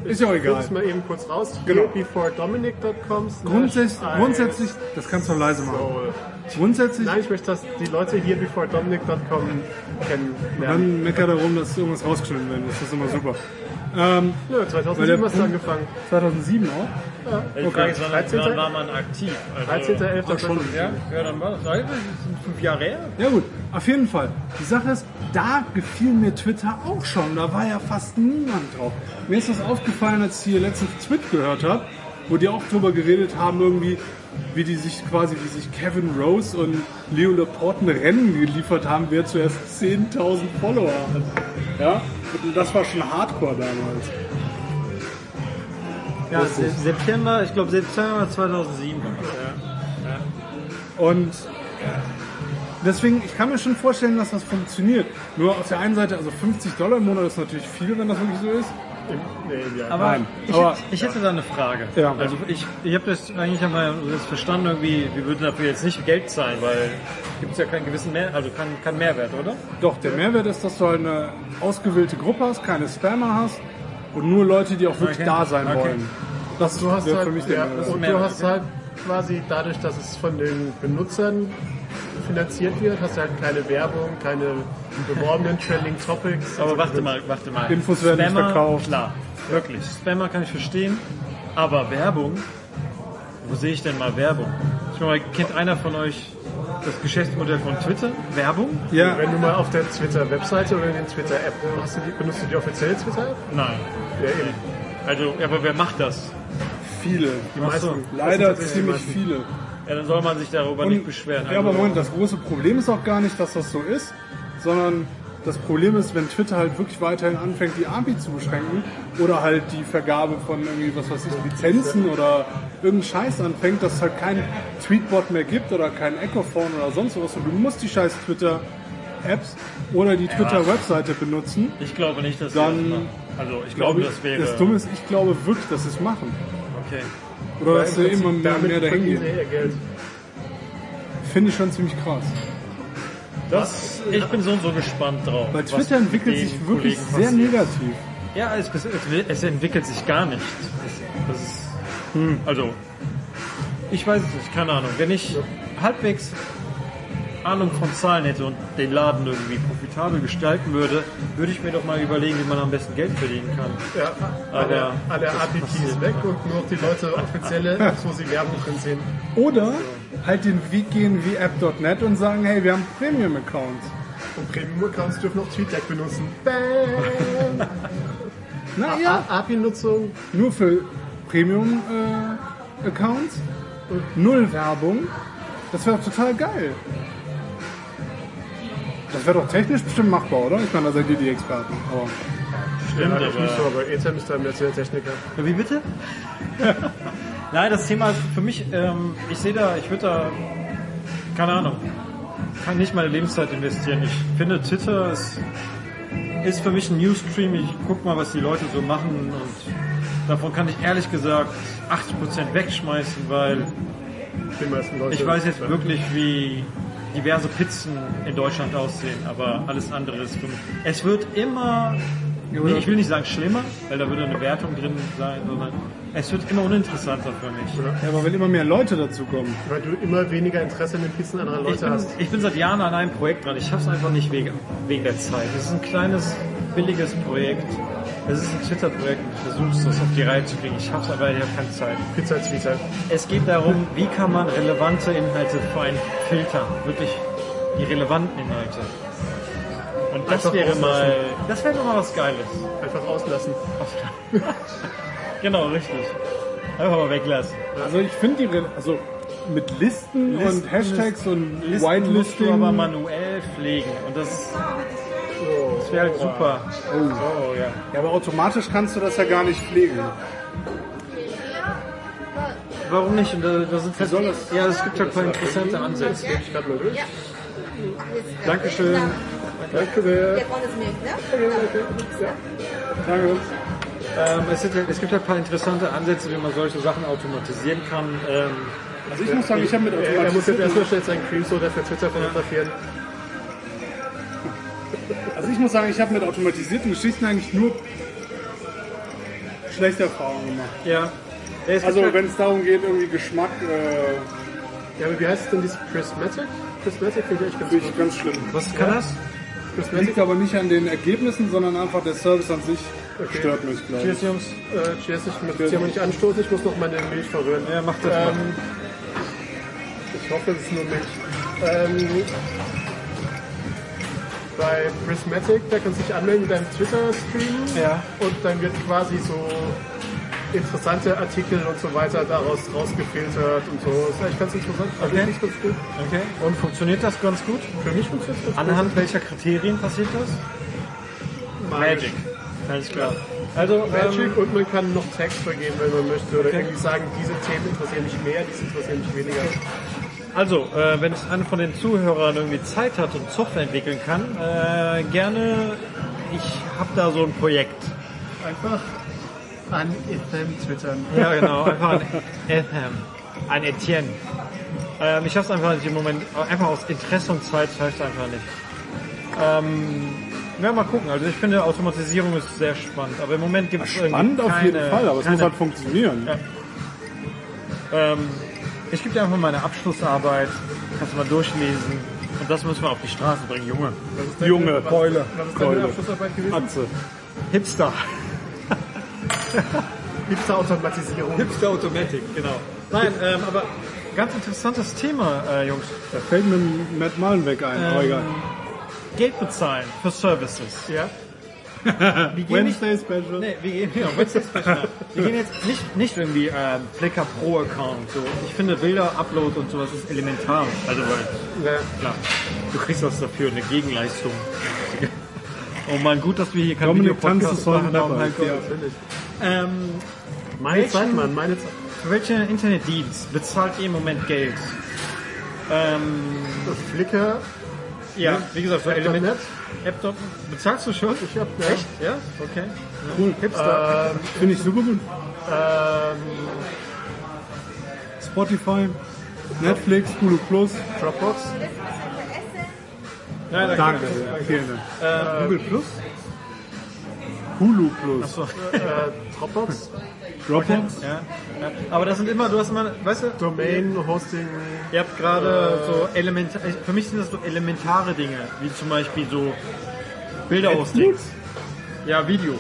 Ist ja auch
Führ
egal.
das mal eben kurz raus.
Genau.
Genau. beforedominic.com slash
Grundsätzlich,
I-
grundsätzlich, das kannst du leise machen.
Soul.
Grundsätzlich,
Nein, ich möchte, dass die Leute hier beforedominic.com kennenlernen.
dann meckert darum, dass irgendwas rausgeschnitten werden muss. Das ist immer super. Ähm,
Nö,
Weil der
2007 hast du
Punkt-
angefangen.
2007 auch?
Die
Okay.
Frage ist, wann,
13..
wann war man aktiv? Also,
13.11.
Ja, ja, dann war das. Das sind fünf Jahre her.
Ja gut, auf jeden Fall. Die Sache ist, da gefiel mir Twitter auch schon. Da war ja fast niemand drauf. Mir ist das aufgefallen, als ich hier letzten Tweet gehört habe, wo die auch drüber geredet haben, irgendwie, wie die sich quasi, wie sich Kevin Rose und Leo Laporte ein Rennen geliefert haben, wer zuerst 10.000 Follower hat. Ja? Und das war schon Hardcore damals.
Ja, Se- September, ich glaube September 2007 war das.
Und deswegen, ich kann mir schon vorstellen, dass das funktioniert. Nur auf der einen Seite, also 50 Dollar im Monat ist natürlich viel, wenn das wirklich so ist.
Nee, ja.
Aber,
Nein,
ich,
aber-
hätte, ich hätte da eine Frage.
Ja.
Also ich, ich habe das eigentlich einmal das verstanden, irgendwie, wir würden dafür jetzt nicht Geld zahlen, weil gibt es ja keinen gewissen Mehr, also keinen keinen Mehrwert, oder?
Doch, der Mehrwert ist, dass du halt eine ausgewählte Gruppe hast, keine Spammer hast und nur Leute, die auch wirklich
Okay.
da sein
Okay.
wollen. Das
Du hast
wäre
halt,
für mich der
ja,
Mehrwert.
und du
Mehrwert,
hast halt quasi dadurch, dass es von den Benutzern finanziert wird, hast du halt keine Werbung, keine beworbenen Trending Topics.
Aber warte mal, warte mal.
Infos werden nicht
Spammer,
verkauft.
Klar, wirklich. Spammer kann ich verstehen, aber Werbung, wo sehe ich denn mal Werbung? Ich meine, kennt einer von euch das Geschäftsmodell von Twitter? Werbung?
Ja,
Wenn du mal auf der Twitter-Webseite oder in den Twitter-App, hast du die, benutzt du die offizielle Twitter-App?
Nein.
Ja, eben.
Also, ja, aber wer macht das?
viele.
Die
Ach so.
meisten.
Leider
das sind tatsächlich die
ziemlich viele.
meisten.
Ja, dann soll man sich darüber nicht beschweren. Also,
Ja, aber Moment, das große Problem ist auch gar nicht, dass das so ist, sondern das Problem ist, wenn Twitter halt wirklich weiterhin anfängt, die API zu beschränken oder halt die Vergabe von irgendwie, was weiß ich, Lizenzen oder irgendeinen Scheiß anfängt, dass es halt keinen Tweetbot mehr gibt oder keinen Echophone oder sonst was. Und du musst die scheiß Twitter-Apps oder die Twitter-Webseite benutzen.
ich glaube nicht, dass
Dann
wir das machen. Also, ich glaube, das wäre...
Das Dumme ist, ich glaube wirklich, dass sie es machen.
Okay.
Oder dass sie
Im Prinzip,
immer mehr,
damit
mehr dahin
bringen die
gehen.
ihr Geld.
Finde ich schon ziemlich krass.
Das, ich bin so und so gespannt drauf.
Weil
was
Twitter
mit
entwickelt
den
sich wirklich
Kollegen
sehr
passiert.
negativ.
Ja, es, es, es entwickelt sich gar nicht. Es, das ist, Also, ich weiß es nicht, keine Ahnung. Wenn ich halbwegs Ahnung von Zahlen hätte und den Laden irgendwie profitabel gestalten würde, würde ich mir doch mal überlegen, wie man am besten Geld verdienen kann.
Ja,
Aber
alle, alle API ist weg und nur noch die Leute offizielle, wo sie Werbung drin sehen.
Oder halt den Weg gehen wie app.net und sagen, hey, wir haben Premium-Accounts.
Und Premium-Accounts dürfen auch TweetDeck benutzen. Bam!
Na
A-
ja,
API-Nutzung,
nur für Premium-Accounts, null Werbung. Das wäre doch total geil. Das wäre doch technisch bestimmt machbar, oder? Ich meine, da seid ihr die Experten. Aber
Stimmt,
ja, ich nicht so, aber Ethan ist da im letzten Techniker.
Wie bitte? [LAUGHS] Nein, das Thema ist für mich, ähm, ich sehe da, ich würde da, keine Ahnung, kann nicht meine Lebenszeit investieren. Ich finde, Twitter ist, ist für mich ein Newsstream. Ich guck mal, was die Leute so machen und davon kann ich ehrlich gesagt 80% wegschmeißen, weil
Die meisten Leute.
ich weiß jetzt wirklich, wie diverse Pizzen in Deutschland aussehen, aber alles andere ist für mich. Es wird immer, nee, ich will nicht sagen schlimmer, weil da würde eine Wertung drin sein, sondern es wird immer uninteressanter für mich.
ja, aber wenn immer mehr Leute dazukommen.
Weil du immer weniger Interesse an den Pizzen anderer
Ich
Leute
bin,
hast.
ich bin seit Jahren an einem Projekt dran. Ich habe es einfach nicht wegen, wegen der Zeit. Es ist ein kleines, billiges Projekt. Es ist ein Twitter-Projekt und ich versuche es auf die Reihe zu kriegen. Ich habe es aber, ich habe keine Zeit.
Pizza Twitter.
Es geht darum, wie kann man relevante Inhalte für einen filtern, wirklich die relevanten Inhalte. Und das
Einfach
wäre
auslassen.
mal, das wäre doch mal was Geiles.
Einfach auslassen.
Genau, richtig. Einfach mal weglassen.
Also ich finde die, Re- also mit Listen, und Hashtags und
Listen musst du
Whitelisting.
aber manuell pflegen und das, das wäre halt super. Oh, ja.
Ja, aber automatisch kannst du das ja gar nicht pflegen.
Warum nicht? Und da, da sind halt, ja, es gibt ja ein paar interessante Ansätze.
Ich gerade mal durch.
Dankeschön.
Danke sehr.
Der Ball ist nicht, ne?
Danke.
Ähm, es, sind, es gibt ja ein paar interessante Ansätze, wie man solche Sachen automatisieren kann. Ähm,
Also ich muss sagen, ich habe mit
Er, er muss jetzt
automatisierten,
erstmal schnell seinen Cream Soda für Twitter fotografieren.
also ich muss sagen, ich habe mit automatisierten Geschichten eigentlich nur schlechte Erfahrungen gemacht.
ja. Es gibt
Also
halt-
wenn es darum geht, irgendwie Geschmack, äh,
Ja, aber wie heißt es denn dieses Prismatic? Prismatic finde ich
finde
eigentlich ganz
ich
gut.
ganz schlimm.
Was kann das?
Prismatic.
Liegt aber nicht an den Ergebnissen, sondern einfach der Service an sich stört mich, glaube ich.
Tschüss, Jungs.
Äh, cheers, ich möchte jetzt hier mal nicht anstoßen, ich muss noch meine Milch verrühren.
Ja, mach das mal.
Ähm, ich hoffe, es ist nur Milch. Ähm, bei Prismatic, da kannst du dich anmelden mit deinem Twitter-Stream
Ja.
und dann wird quasi so interessante Artikel und so weiter daraus rausgefiltert und so. Ist eigentlich ganz interessant. Also
Okay.
finde ich ganz gut.
Okay. Und funktioniert das ganz gut?
Für mich funktioniert das
Anhand welcher Kriterien passiert das? Magic. Alles klar. Also, ähm,
Magic und man kann noch Text vergeben, wenn man möchte, oder
Okay.
irgendwie sagen, diese Themen interessieren mich mehr, diese interessieren mich weniger.
also äh, wenn es einer von den Zuhörern irgendwie Zeit hat und Software entwickeln kann, äh, gerne. Ich habe da so ein Projekt.
Einfach an Ethem twittern.
Ja, [LAUGHS] genau. Einfach an Ethem. An Etienne. Ähm, ich schaff's einfach nicht im Moment. Einfach aus Interesse und Zeit schaffe ich einfach nicht. Ähm, ja, mal gucken. Also ich finde, Automatisierung ist sehr spannend. Aber im Moment gibt es
Spannend auf jeden Fall, aber es muss halt funktionieren.
ähm, Ich gebe dir einfach meine Abschlussarbeit. Kannst du mal durchlesen. Und das müssen wir auf die Straße bringen, Junge.
Junge, Keule,
Was ist deine
Keule,
Abschlussarbeit gewesen?
Atze.
Hipster. [LAUGHS]
Hipster-Automatisierung.
Hipster Automatic, genau. Nein, ähm, aber ganz interessantes Thema, äh, Jungs.
Da fällt mir Matt Malenweg ein, aber egal.
Geld bezahlen für Services. [LAUGHS]
Ja.
Wir gehen nicht,
Wednesday Special.
nee, wir gehen, ja, Wednesday Special. wir gehen jetzt nicht, nicht irgendwie ähm, Flickr Pro Account. So. Ich finde Bilder, Upload und sowas ist elementar. Also weil, klar, du kriegst was dafür, eine Gegenleistung. [LAUGHS] Oh man, gut, dass wir hier kein
Dominik
Videopodcast
tanzt zu Salt and
machen, oh
Pepper.
mein Gott.
Ja.
Ähm,
Meine
Welchen-
Zeit, Mann, meine Zeit.
für welchen Internetdienst bezahlt ihr im Moment Geld? Ähm,
Flickr,
ja, wie gesagt, so
Internet,
App.net. Bezahlst du schon?
ich hab ja.
Echt? Ja? Okay.
Hipster.
Finde ich super gut.
Ähm,
Spotify, Netflix, Hulu Plus.
Dropbox.
Nein,
Danke. Ja. Vielen Dank. Google Plus? Hulu Plus.
So.
Äh, Dropbox,
Dropbox?
Ja, ja. Aber das sind immer, du hast immer, weißt du,
Domain, Hosting,
ihr habt gerade so elementar, für mich sind das so elementare Dinge, wie zum Beispiel so Bilder hosting Ja, Video,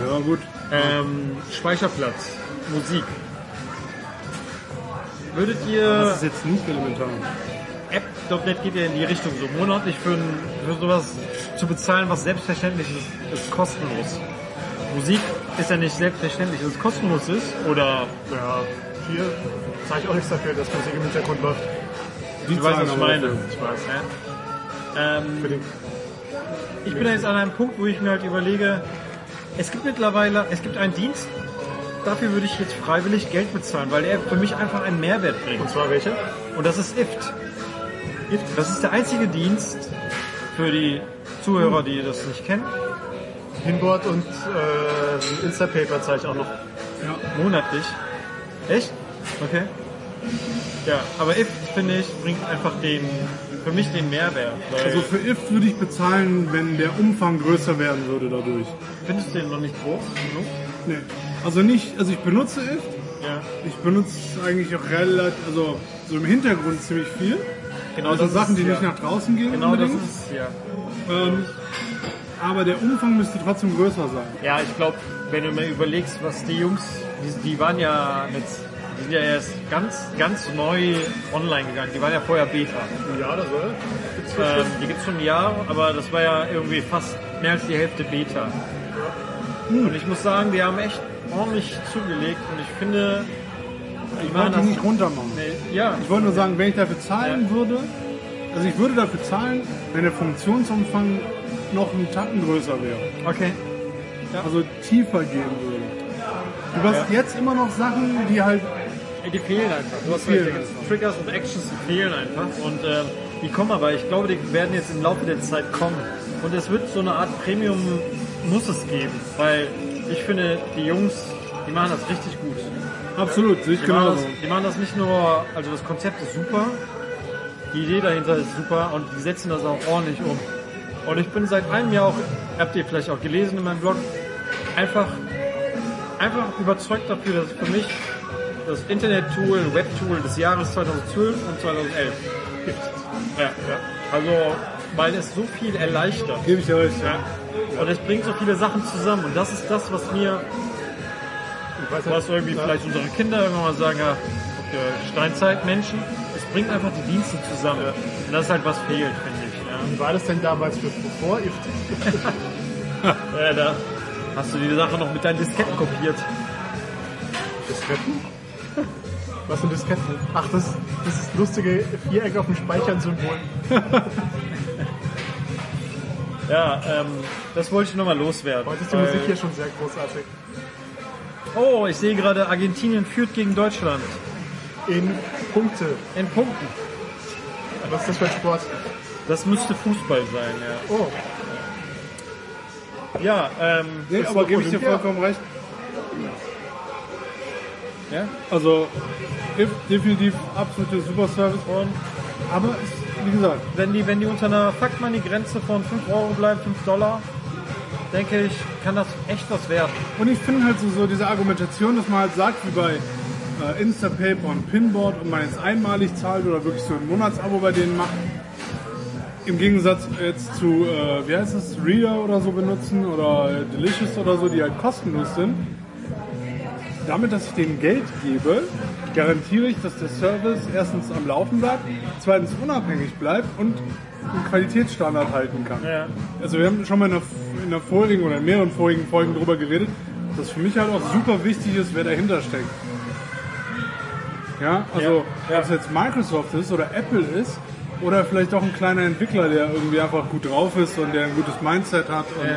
Ja, gut.
ähm, Speicherplatz, Musik. Würdet ihr,
Das ist jetzt nicht elementar.
App.net geht ja in die Richtung, so monatlich für, ein, für sowas zu bezahlen, was selbstverständlich ist, ist kostenlos. Musik ist ja nicht selbstverständlich, dass es kostenlos ist, oder
ja, hier zeige ich auch nichts dafür, dass Musik im Hintergrund läuft.
Du weißt, was ich meine. Ich weiß, ja. ähm, ich bin da jetzt an einem Punkt, wo ich mir halt überlege, es gibt mittlerweile, es gibt einen Dienst, dafür würde ich jetzt freiwillig Geld bezahlen, weil er für mich einfach einen Mehrwert bringt.
Und zwar welche?
Und das ist IFT. IFT, das ist der einzige Dienst für die Zuhörer, die das nicht kennen,
Pinboard und äh, Instapaper zeige ich auch noch.
monatlich. Echt? Okay. Ja, aber IFT, finde ich, bringt einfach den, für mich den Mehrwert. Weil
Also für IF würde ich bezahlen, wenn der Umfang größer werden würde dadurch.
findest du den noch nicht groß genug?
Nee. Also nicht, also ich benutze IF,
Ja.
ich benutze eigentlich auch relativ, also so im Hintergrund ziemlich viel.
Genau
Also Sachen, die
ist,
nicht
ja.
nach draußen gehen
Genau das
unbedingt.
ist ja.
ähm, aber der Umfang müsste trotzdem größer sein.
Ja, ich glaube, wenn du mal überlegst, was die Jungs, die, die waren ja mit, die sind ja erst ganz, ganz neu online gegangen. Die waren ja vorher Beta.
Ja, das soll.
Ähm, die gibt's schon ein Jahr, aber das war ja irgendwie fast mehr als die Hälfte Beta.
Hm.
Und ich muss sagen, die haben echt ordentlich zugelegt und ich finde, die
Ich
machen
wollte
das.
ihn nicht runter machen.
Nee, ja,
Ich wollte nur sagen, wenn ich dafür zahlen würde, also ich würde dafür zahlen, wenn der Funktionsumfang noch einen Tacken größer wäre.
okay.
Also tiefer gehen würde. Du hast jetzt immer noch Sachen, die halt
Ey, Die fehlen einfach. Du hast
Fehlen
recht, die ganzen Triggers und Actions fehlen einfach. Und ähm, die kommen aber, ich glaube, die werden jetzt im Laufe der Zeit kommen. Und es wird so eine Art Premium, muss es geben. Weil ich finde, die Jungs, die machen das richtig gut.
absolut, sehe ich
Die, machen, das,
genauso.
die machen das nicht nur, also das Konzept ist super, die Idee dahinter ist super und die setzen das auch ordentlich um. Und ich bin seit einem Jahr auch, habt ihr vielleicht auch gelesen in meinem Blog, einfach, einfach überzeugt dafür, dass für mich das Internet-Tool, Web-Tool des Jahres 2012 und 2011 gibt. Ja, ja. Also, weil es so viel erleichtert.
Gebe ich euch.
Ja. Und es bringt so viele Sachen zusammen und das ist das, was mir
Ich weiß
was irgendwie vielleicht unsere Kinder irgendwann mal sagen, ja, okay, Steinzeitmenschen, es bringt einfach die Dienste zusammen. Und das ist halt was fehlt, finde ich. ne?
Wie war das denn damals für vor IFT?
Ja. Ja, da hast du die Sache noch mit deinen Disketten kopiert.
Disketten? Was sind Disketten? Ach, das, das ist lustige Viereck auf dem Speichern-Symbol.
Ja, ähm, das wollte ich nochmal loswerden.
Heute ist die
weil-
Musik hier schon sehr großartig.
Oh, ich sehe gerade, Argentinien führt gegen Deutschland.
In Punkte.
In Punkten.
Was ist das für ein Sport?
Das müsste Fußball sein, ja.
Oh,
Ja, ähm,
Nee,
Ist
aber
doch
gebe ich dir
Olympia.
vollkommen recht.
Ja?
Also if, definitiv absolute Superservice.
und
Aber es- wie gesagt,
wenn die, wenn die unter einer Fakt mal die Grenze von 5 Euro bleibt, 5 Dollar, denke ich, kann das echt was werden.
Und ich finde halt so, so diese Argumentation, dass man halt sagt, wie bei äh, Instapaper und Pinboard, ob man jetzt einmalig zahlt oder wirklich so ein Monatsabo bei denen macht. Im Gegensatz jetzt zu, äh, wie heißt es, Reader oder so benutzen oder Delicious oder so, die halt kostenlos sind.
damit, dass ich denen Geld gebe, garantiere ich, dass der Service erstens am Laufen bleibt, zweitens unabhängig bleibt und einen Qualitätsstandard halten kann.
Ja.
Also wir haben schon mal in der, in der vorigen oder in mehreren vorigen Folgen drüber geredet, dass für mich halt auch super wichtig ist, wer dahinter steckt. Ja, also
Ja, ja.
ob es jetzt Microsoft ist oder Apple ist oder vielleicht auch ein kleiner Entwickler, der irgendwie einfach gut drauf ist und der ein gutes Mindset hat und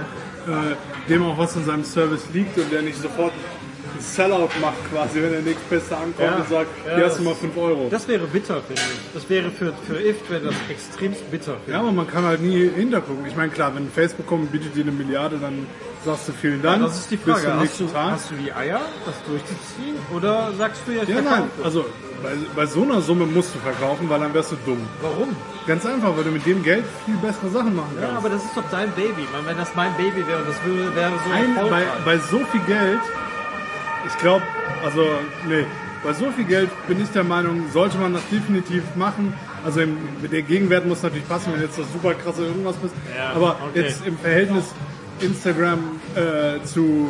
äh, dem auch was in seinem Service liegt und der nicht sofort einen Sellout macht quasi, wenn der nächste Beste ankommt
Ja,
und sagt,
ja,
hier hast
das-
du mal 5 Euro.
Das wäre bitter, finde ich. Das wäre für, für IFT wäre das extremst bitter.
Ja, aber man kann halt nie hintergucken. Ich meine, klar, wenn Facebook kommt, bietet dir eine Milliarde, dann sagst du vielen Dank.
Das ist die
Bis zum
Frage. Hast
nächsten
du,
Tag.
hast du die Eier, das durchzuziehen? Oder sagst du ja, ich
ja, nein.
verkaufe?
Also bei, bei so einer Summe musst du verkaufen, weil dann wärst du dumm.
Warum?
Ganz einfach, weil du mit dem Geld viel bessere Sachen machen
Ja,
kannst.
aber das ist doch dein Baby. Man, wenn das mein Baby wäre und das würde, wäre so
Ein, bei,
erfolgreich.
bei so viel Geld, ich glaube, also nee, bei so viel Geld bin ich der Meinung, sollte man das definitiv machen. Also im, mit der Gegenwert muss natürlich passen, wenn du jetzt das super krasse irgendwas bist.
Ja,
aber
okay.
jetzt im Verhältnis Instagram äh, zu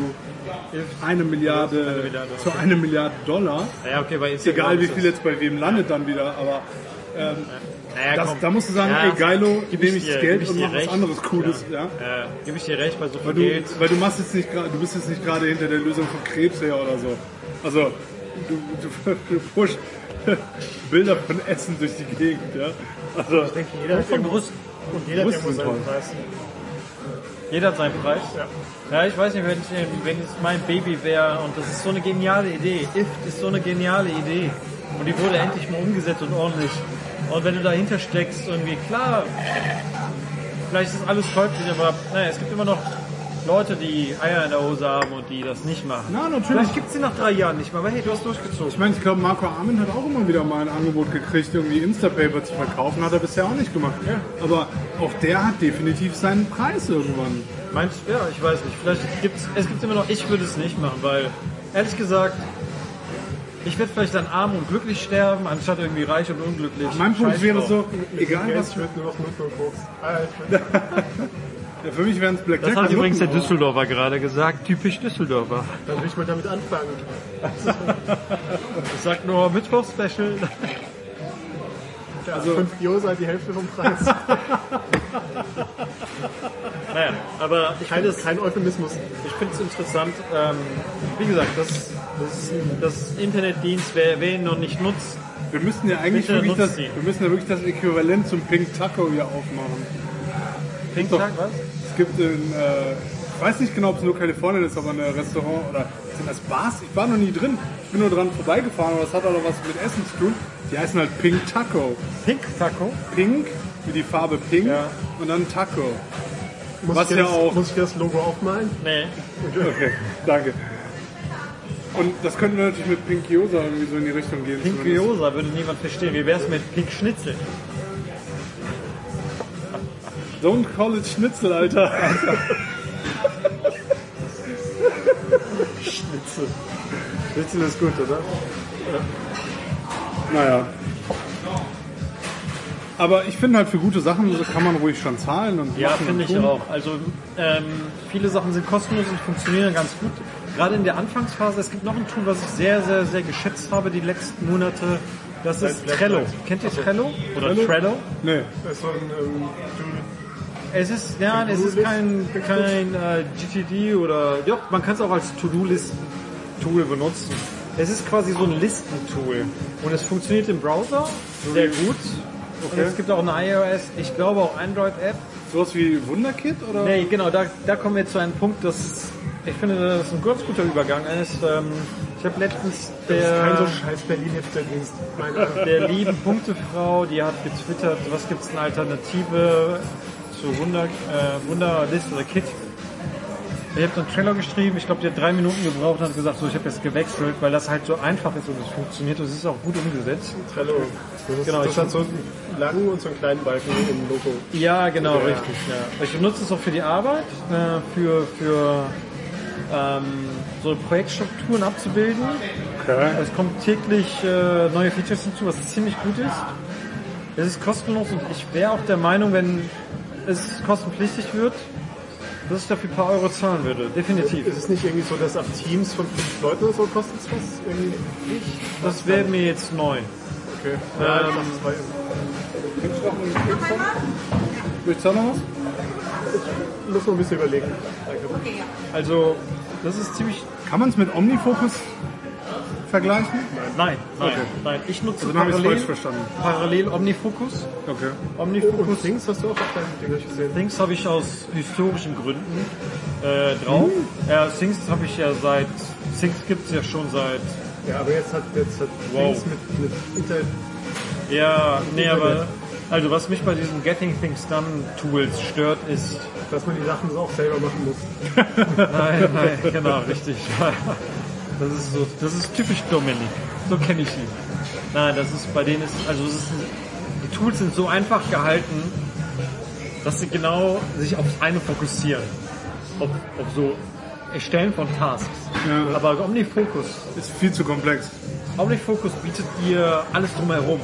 eine Milliarde,
Eine Milliarde,
zu eine Milliarde Dollar.
naja, okay, bei Instagram
Egal wie
ist das-
viel jetzt bei wem landet dann wieder, aber
Naja,
das,
komm.
da musst du sagen,
Ja,
ey geilo,
gib
nehme ich
dir-
das
gib
Geld
ich
und
dir
mach was
recht.
anderes Cooles. Ja.
Äh, gebe ich dir recht, bei so viel
Weil
Geld.
du, weil du machst jetzt nicht gerade, du bist jetzt nicht gerade hinter der Lösung von Krebs her oder so. Also du, [LAUGHS] du, du pusht Bilder von Essen durch die Gegend, ja. Also
Ich denke, jeder hat
von
irgendwo,
Brust.
und jeder hat
Brust
irgendwo
sind
seinen
toll.
Preis.
Jeder hat seinen Preis. Ja, ich weiß nicht, wenn, ich, wenn es mein Baby wäre und das ist so eine geniale Idee. IFT ist so eine geniale Idee. Und die wurde endlich mal umgesetzt und ordentlich. Und wenn du dahinter steckst, irgendwie, klar, vielleicht ist alles käuflich, aber naja, es gibt immer noch Leute, die Eier in der Hose haben und die das nicht machen.
Na, natürlich.
Vielleicht gibt es sie nach drei Jahren nicht mal, aber hey, du hast durchgezogen.
Ich meine, ich glaube, Marco Armin hat auch immer wieder mal ein Angebot gekriegt, irgendwie Instapaper zu verkaufen, hat er bisher auch nicht gemacht. Aber auch der hat definitiv seinen Preis irgendwann.
Meinst du? Ja, ich weiß nicht. Vielleicht gibt's, es gibt immer noch, ich würde es nicht machen, weil ehrlich gesagt, ich werde vielleicht dann arm und glücklich sterben, anstatt irgendwie reich und unglücklich.
Mein Punkt
Scheiß
wäre
drauf.
so, egal was
Ich würde nur noch Nudelkoks. Ah, ich bin-
Ja, für mich wären es Blackjack.
Das hat
und
übrigens der
Nutten, aber-
Düsseldorfer gerade gesagt. Typisch Düsseldorfer.
Dann will ich mal damit anfangen.
Ich sag nur Mittwoch-Special.
Also 5 Kilo sei die Hälfte vom Preis.
[LAUGHS]
[LAUGHS]
Naja, aber ich
Kein,
finde es
kein Euphemismus.
ich find's interessant. Ähm, wie gesagt, das, das, das Internetdienst, wer, wer ihn noch nicht nutzt,
Wir müssen ja eigentlich
Bitte
wirklich
nutzt
das,
die.
wir müssen ja wirklich das Äquivalent zum Pink Taco hier aufmachen.
Pink
Doch.
Tag, was?
Es gibt in, äh, ich weiß nicht genau, ob es nur Kalifornien ist, aber ein Restaurant oder sind das Bars? Ich war noch nie drin. Ich bin nur dran vorbeigefahren, aber das hat auch noch was mit Essen zu tun. Die heißen halt Pink Taco.
Pink Taco?
Pink, wie die Farbe Pink und dann Taco.
Muss
Was
ich
ja
das,
auch.
Muss ich das Logo aufmalen?
Nee.
Okay, danke. Und das könnten wir natürlich mit Pink Yosa irgendwie so in die Richtung gehen.
Pink
zumindest.
Gyoza würde niemand verstehen. Wie wär's mit Pink Schnitzel?
Don't call it Schnitzel, Alter.
Rätsel ist gut, oder?
Naja. Aber ich finde halt für gute Sachen so kann man ruhig schon zahlen und
Ja,
machen und
finde ich
tun.
auch. Also ähm, viele Sachen sind kostenlos und funktionieren ganz gut. Gerade in der Anfangsphase, es gibt noch ein Tool, was ich sehr, sehr, sehr geschätzt habe die letzten Monate. Das ist Trello. Kennt ihr
Also
Trello? Oder Trello?
Nee.
Das ist so ein ähm,
Es ist, nein, es ist kein, kein äh, GTD oder, ja, man kann es auch als To-Do-Listen-Tool benutzen. Es ist quasi so ein Listen-Tool. Und es funktioniert im Browser sehr gut. Und es gibt auch eine iOS, ich glaube auch Android-App.
Sowas wie Wunderkid oder?
Nee, genau, da, da kommen wir zu einem Punkt, das ich finde, das ist ein ganz guter Übergang ist. Ähm, ich habe letztens
kein so
der,
scheiß Berlin-Hipster-Dienst. Mein Gott.
der lieben Punktefrau, die hat getwittert, was gibt's eine Alternative zu Wunder, äh, Wunderlist oder Kit. Ich habe so einen Trailer geschrieben, ich glaube, die hat drei Minuten gebraucht und hat gesagt, so, ich habe jetzt gewechselt, weil das halt so einfach ist und es funktioniert und es ist auch gut umgesetzt.
Trello. Das ist,
Genau,
das
ich fand-
hat so einen langen und so einen kleinen Balken im Logo.
Ja, genau, richtig. Ja. Ich benutze es auch für die Arbeit, äh, für, für ähm, so Projektstrukturen abzubilden. Es kommen täglich äh, neue Features hinzu, was ziemlich gut ist. Es ist kostenlos und ich wäre auch der Meinung, wenn es kostenpflichtig wird, dass ich dafür ein paar Euro zahlen würde. Definitiv.
Ist es nicht irgendwie so, dass ab Teams von fünf Leuten oder so kostet es was? Irgendwie nicht?
Das wäre mir jetzt neu.
Okay. Ja, ich dachte, es war
Willst du da noch was?
ich muss noch ein bisschen überlegen.
Also, das ist ziemlich.
Kann man es mit Omnifocus vergleichen? Also,
Nein, nein, nein. Ich nutze
Dann habe ich es falsch
parallel,
verstanden.
parallel Omnifocus.
Okay.
Omnifocus
Und Dings hast du auch auf deinem Ding nicht gesehen.
Things habe ich aus historischen Gründen äh, drauf.
Hm.
Äh, Things habe ich ja seit. Things gibt es ja schon seit.
Ja, aber jetzt hat, jetzt hat
Wow.
Dings mit, mit Internet
Ja, nee, aber. Also, was mich bei diesen Getting Things Done Tools stört, ist.
dass man die Sachen so auch selber machen muss.
Nein, nein, [LAUGHS] genau, richtig. Das ist so, das ist typisch Dominik. So kenne ich ihn. Nein, das ist bei denen ist, also es ist, die Tools sind so einfach gehalten, dass sie genau sich aufs eine fokussieren. Auf, auf so Erstellen von Tasks.
Ja.
Aber Omnifocus,
Ist viel zu komplex.
Omnifocus bietet dir alles drumherum.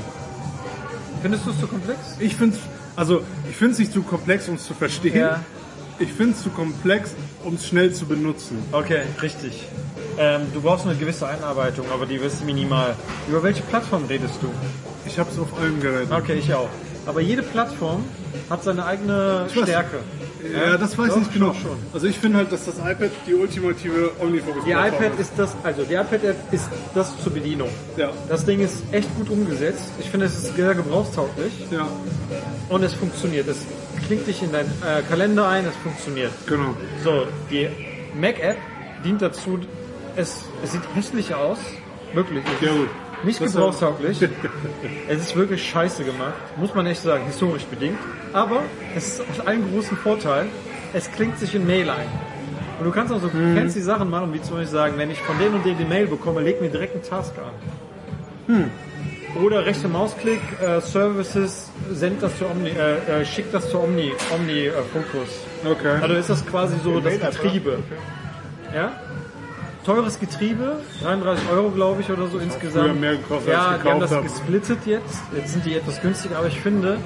Findest du es zu komplex?
Ich finde es also, ich find's nicht zu komplex, um es zu verstehen.
Ja.
Ich finde es [LAUGHS] zu komplex, um es schnell zu benutzen.
Okay, richtig. Ähm, du brauchst eine gewisse Einarbeitung, aber die ist minimal. Über welche Plattform redest du?
Ich habe es auf allen Geräten.
Okay, ich auch. Aber jede Plattform hat seine eigene
weiß-
Stärke.
Ja, das weiß ich
Doch,
nicht genau.
schon, schon.
Also ich finde halt, dass das iPad die ultimative omnifocus
Die iPad ist das, also die iPad-App ist das zur Bedienung.
Ja.
Das Ding ist echt gut umgesetzt. Ich finde, es ist sehr gebrauchstauglich
Ja,
und es funktioniert. Es klingt dich in deinen äh, Kalender ein, es funktioniert.
genau.
So, die Mac-App dient dazu, es, es sieht hässlich aus. Wirklich. es
Ja
ist
gut.
Nicht
Das-
gebrauchstauglich. es ist wirklich scheiße gemacht, muss man echt sagen, historisch bedingt. Aber es hat einen großen Vorteil, es klingt sich in Mail ein. Und du kannst auch so, du kennst die Sachen machen, wie zum Beispiel sagen, wenn ich von denen und denen die Mail bekomme, leg mir direkt einen Task an. Oder rechte Mausklick, äh, Services, send das zu Omni, äh, äh, schick das zu Omni, Omni äh, Focus.
Okay.
Also ist das quasi so das
Mail-App,
Getriebe. Ja? Teures Getriebe, 33 Euro glaube ich oder so
früher
insgesamt.
mehr gekostet, als ich
ja, die haben
gekauft
das
habe.
gesplittet jetzt. Jetzt sind die etwas günstiger, aber ich finde,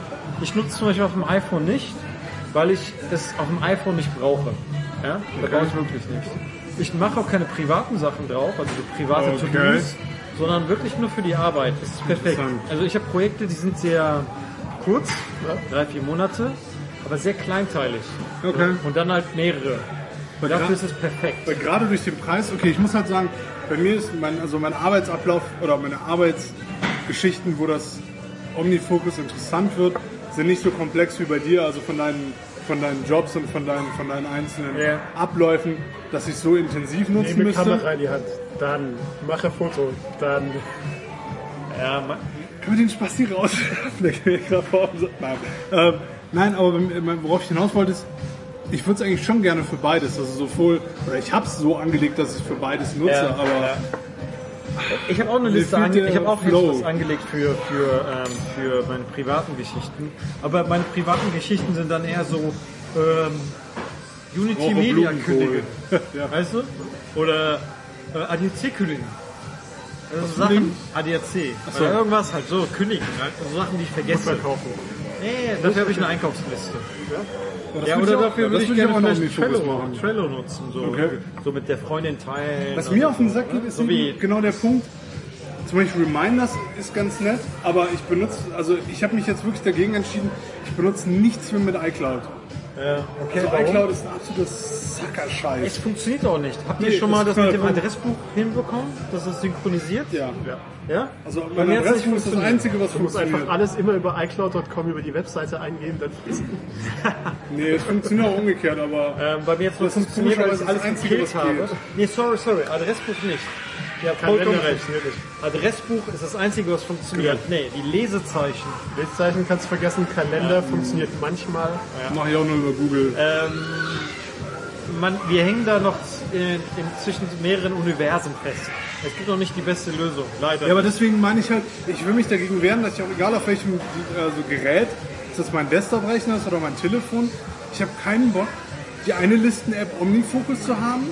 ich nutze zum Beispiel auf dem iPhone nicht, weil ich es auf dem iPhone nicht brauche. Ja? Da brauche ich wirklich nicht. Ich mache auch keine privaten Sachen drauf, also so private
Okay.
To-Dos, sondern wirklich nur für die Arbeit. Es ist perfekt.
Interessant.
Also ich habe Projekte, die sind sehr kurz, drei, vier Monate, aber sehr kleinteilig.
Okay.
Und dann halt mehrere. Und dafür ist es perfekt.
Weil gerade durch den Preis, okay, ich muss halt sagen, bei mir ist mein, also mein Arbeitsablauf oder meine Arbeitsgeschichten, wo das Omnifocus interessant wird, sind nicht so komplex wie bei dir, also von deinen, von deinen Jobs und von deinen, von deinen einzelnen
Ja.
Abläufen, dass ich so intensiv nutzen
Nehme
müsste.
Kamera in die Hand, dann mache Foto, dann
Ja, ma-
Können wir den Spaß hier raus? [LAUGHS] Der geht mir gerade vor und sagt, nein. Ähm, nein, aber beim- worauf ich hinaus wollte ist, ich würde es eigentlich schon gerne für beides, also sowohl, oder ich habe es so angelegt, dass ich es für beides nutze,
Ja,
aber
ich habe auch eine
Mir
Liste
fehlt
ange
der
ich habe auch
Flow.
was angelegt für, für, ähm, für meine privaten Geschichten. Aber meine privaten Geschichten sind dann eher so ähm, Unity
Brauche
Media
Blumenkohl.
[LAUGHS] kündigen.
Ja.
Weißt du? Oder äh, ADAC kündigen. Also so Sachen,
kündigen?
ADAC. Oder irgendwas halt so, kündigen. Halt. Also Sachen, die ich vergesse. Nee, dafür habe ich eine Einkaufsliste.
das
Ja,
würd
oder
ich auch-
dafür
das
würde ich
würd
gerne
auch noch
vielleicht
mit Fokus
Trello,
machen.
Trello nutzen, so,
Okay.
so mit der Freundin teilen.
Was
oder
mir auf den
so,
Sack geht,
ne?
ist
so wie,
eben genau der Punkt. Zum Beispiel Reminders ist ganz nett, aber ich benutze, also ich habe mich jetzt wirklich dagegen entschieden, ich benutze nichts mehr mit iCloud.
okay,
Also
warum?
iCloud ist ein absoluter Sackerscheiß.
Es funktioniert auch nicht. Habt ihr
Nee,
schon mal das
das
mit dem
kann-
Adressbuch hinbekommen, dass es synchronisiert?
Ja.
Ja?
Also
Bei
mein
mir hat's nicht
Adressbuch ist das
funktioniert.
Einzige, was
du musst einfach
funktioniert.
alles immer über iCloud.com über die Webseite eingeben, dann ist
Nee, es funktioniert auch umgekehrt, aber
Ähm, bei mir jetzt nur
Das ist
funktioniert,
komisch,
weil ich
aber
alles
das Einzige,
gekillt
was
habe.
geht.
Nee, sorry, sorry, Adressbuch nicht. Ja, vollkommen
Kalender
recht.
funktioniert nicht.
Adressbuch ist das Einzige, was funktioniert. Nee, die Lesezeichen.
Bildzeichen kannst du vergessen, Kalender funktioniert manchmal.
mache ich auch nur über Google.
Ähm, man, wir hängen da noch in, in zwischen mehreren Universen fest. Es gibt noch nicht die beste Lösung, leider.
Ja, aber deswegen meine ich halt, ich will mich dagegen wehren, dass ich auch egal auf welchem also Gerät, ob das mein Desktop-Rechner ist oder mein Telefon, ich habe keinen Bock, die eine Listen-App Omnifocus zu haben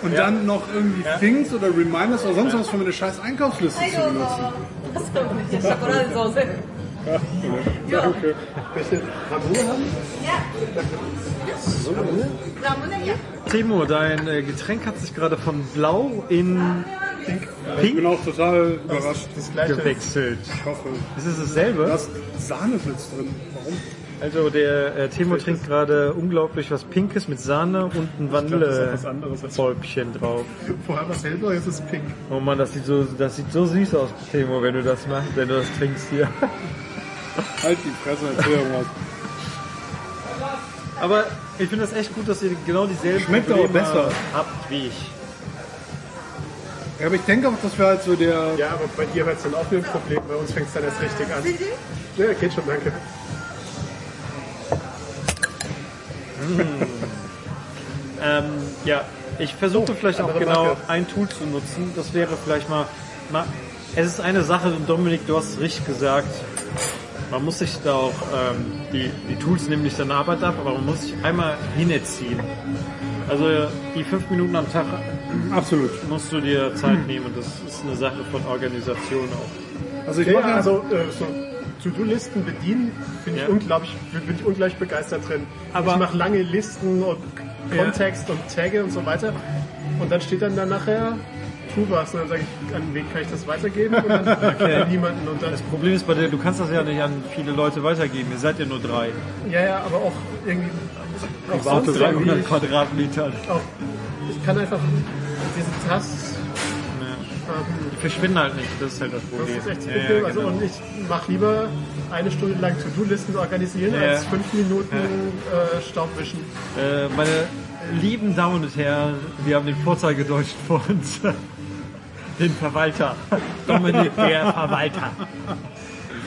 und dann noch irgendwie Things oder Also- Reminders oder sonst was für meine scheiß Einkaufsliste zu benutzen.
最後のパスタのね、ショコラソース。
Welche Ramune haben? So Ramune?
10 Uhr, dein äh, Getränk hat sich gerade von blau in
Ich bin auch total überrascht.
Das gleiche.
gewechselt.
Ich hoffe.
Ist es dasselbe?
Da ist Sahneblitz drin. Warum?
Also der äh, Timo trinkt gerade unglaublich was Pinkes mit Sahne und ein
das ist was anderes als-
Vanillehäubchen drauf.
Vorher war es hellblau, jetzt ist es pink.
Oh Mann, das sieht so, das sieht so süß aus, Timo, wenn du das machst, wenn du das trinkst hier.
[LAUGHS] Halt die Fresse, erzähl irgendwas.
Aber ich finde das echt gut, dass ihr genau dieselben
Schmeckt aber
Probleme
besser.
habt wie ich.
Ja, aber ich denke auch, dass wir halt so der...
Ja, aber bei dir war es dann auch wieder ein Problem. Bei uns fängt es dann erst richtig an. Ja, geht schon, danke.
Ähm, ja, ich versuche vielleicht auch
andere
genau
Marke.
ein Tool zu nutzen. Das wäre vielleicht mal, mal. Es ist eine Sache, und Dominik, du hast es richtig gesagt. Man muss sich da auch, ähm, die, die Tools nehmen nicht deine Arbeit ab, aber man muss sich einmal hinerziehen. Also die fünf Minuten am Tag
Absolut.
musst du dir Zeit nehmen und das ist eine Sache von Organisation auch.
Also ich
Ja,
mache also
also äh, so To-Do-Listen bedienen bin
Ja.
ich unglaublich, bin, bin ich ungleich begeistert drin.
Aber-
ich mache lange Listen und Kontext und Tagge und so weiter. Und dann steht dann da nachher, tu was. Und dann sage ich, an wen kann ich das weitergeben? Und
[LAUGHS]
dann an niemanden. Und dann,
Das Problem ist bei dir, du kannst das ja nicht an viele Leute weitergeben. Ihr seid ja nur drei.
ja, ja, aber auch irgendwie, auch
Warte,
sonst irgendwie,
300 Quadratmeter.
auch, ich kann einfach diese Tasts
Die verschwinden halt nicht, das ist halt das
Das
Problem.
ist echt ein
Ja,
Problem.
ja,
also,
genau.
und ich mache lieber eine Stunde lang To-Do-Listen organisieren,
Ja.
als fünf Minuten äh, Staubwischen.
Äh, meine lieben Damen und Herren, wir haben den Vorzeigedeutschen [LAUGHS] vor uns. Den Verwalter. Dominik, der Verwalter.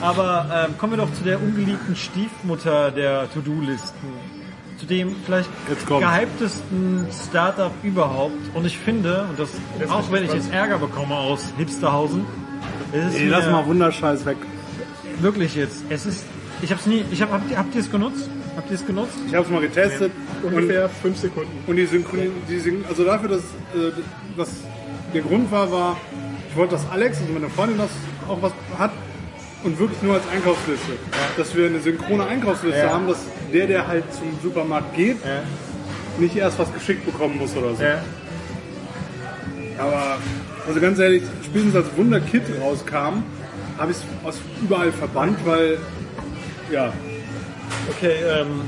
Aber ähm, kommen wir doch zu der ungeliebten Stiefmutter der To-Do-Listen. Zu dem vielleicht gehyptesten Startup überhaupt. Und ich finde, und das, auch wenn ich jetzt Ärger bekomme aus Hipsterhausen, es ist
Ey, lass
mir-
mal Wunderscheiß weg.
wirklich jetzt. Es ist, ich hab's nie, ich hab, habt, ihr- habt ihr es genutzt? Habt ihr es genutzt?
Ich habe es mal getestet und,
Ungefähr fünf Sekunden.
und die Synchronie, die Syn also dafür, dass, äh, dass der Grund war, war, ich wollte, dass Alex, also meine Freundin, das auch was hat und wirklich nur als Einkaufsliste. Dass wir eine synchrone Einkaufsliste haben, dass der, der halt zum Supermarkt geht, nicht erst was geschickt bekommen muss oder so. Aber, also ganz ehrlich, spätestens als Wunderkid rauskam, habe ich es aus überall verbannt, weil, ja,
Okay, ähm,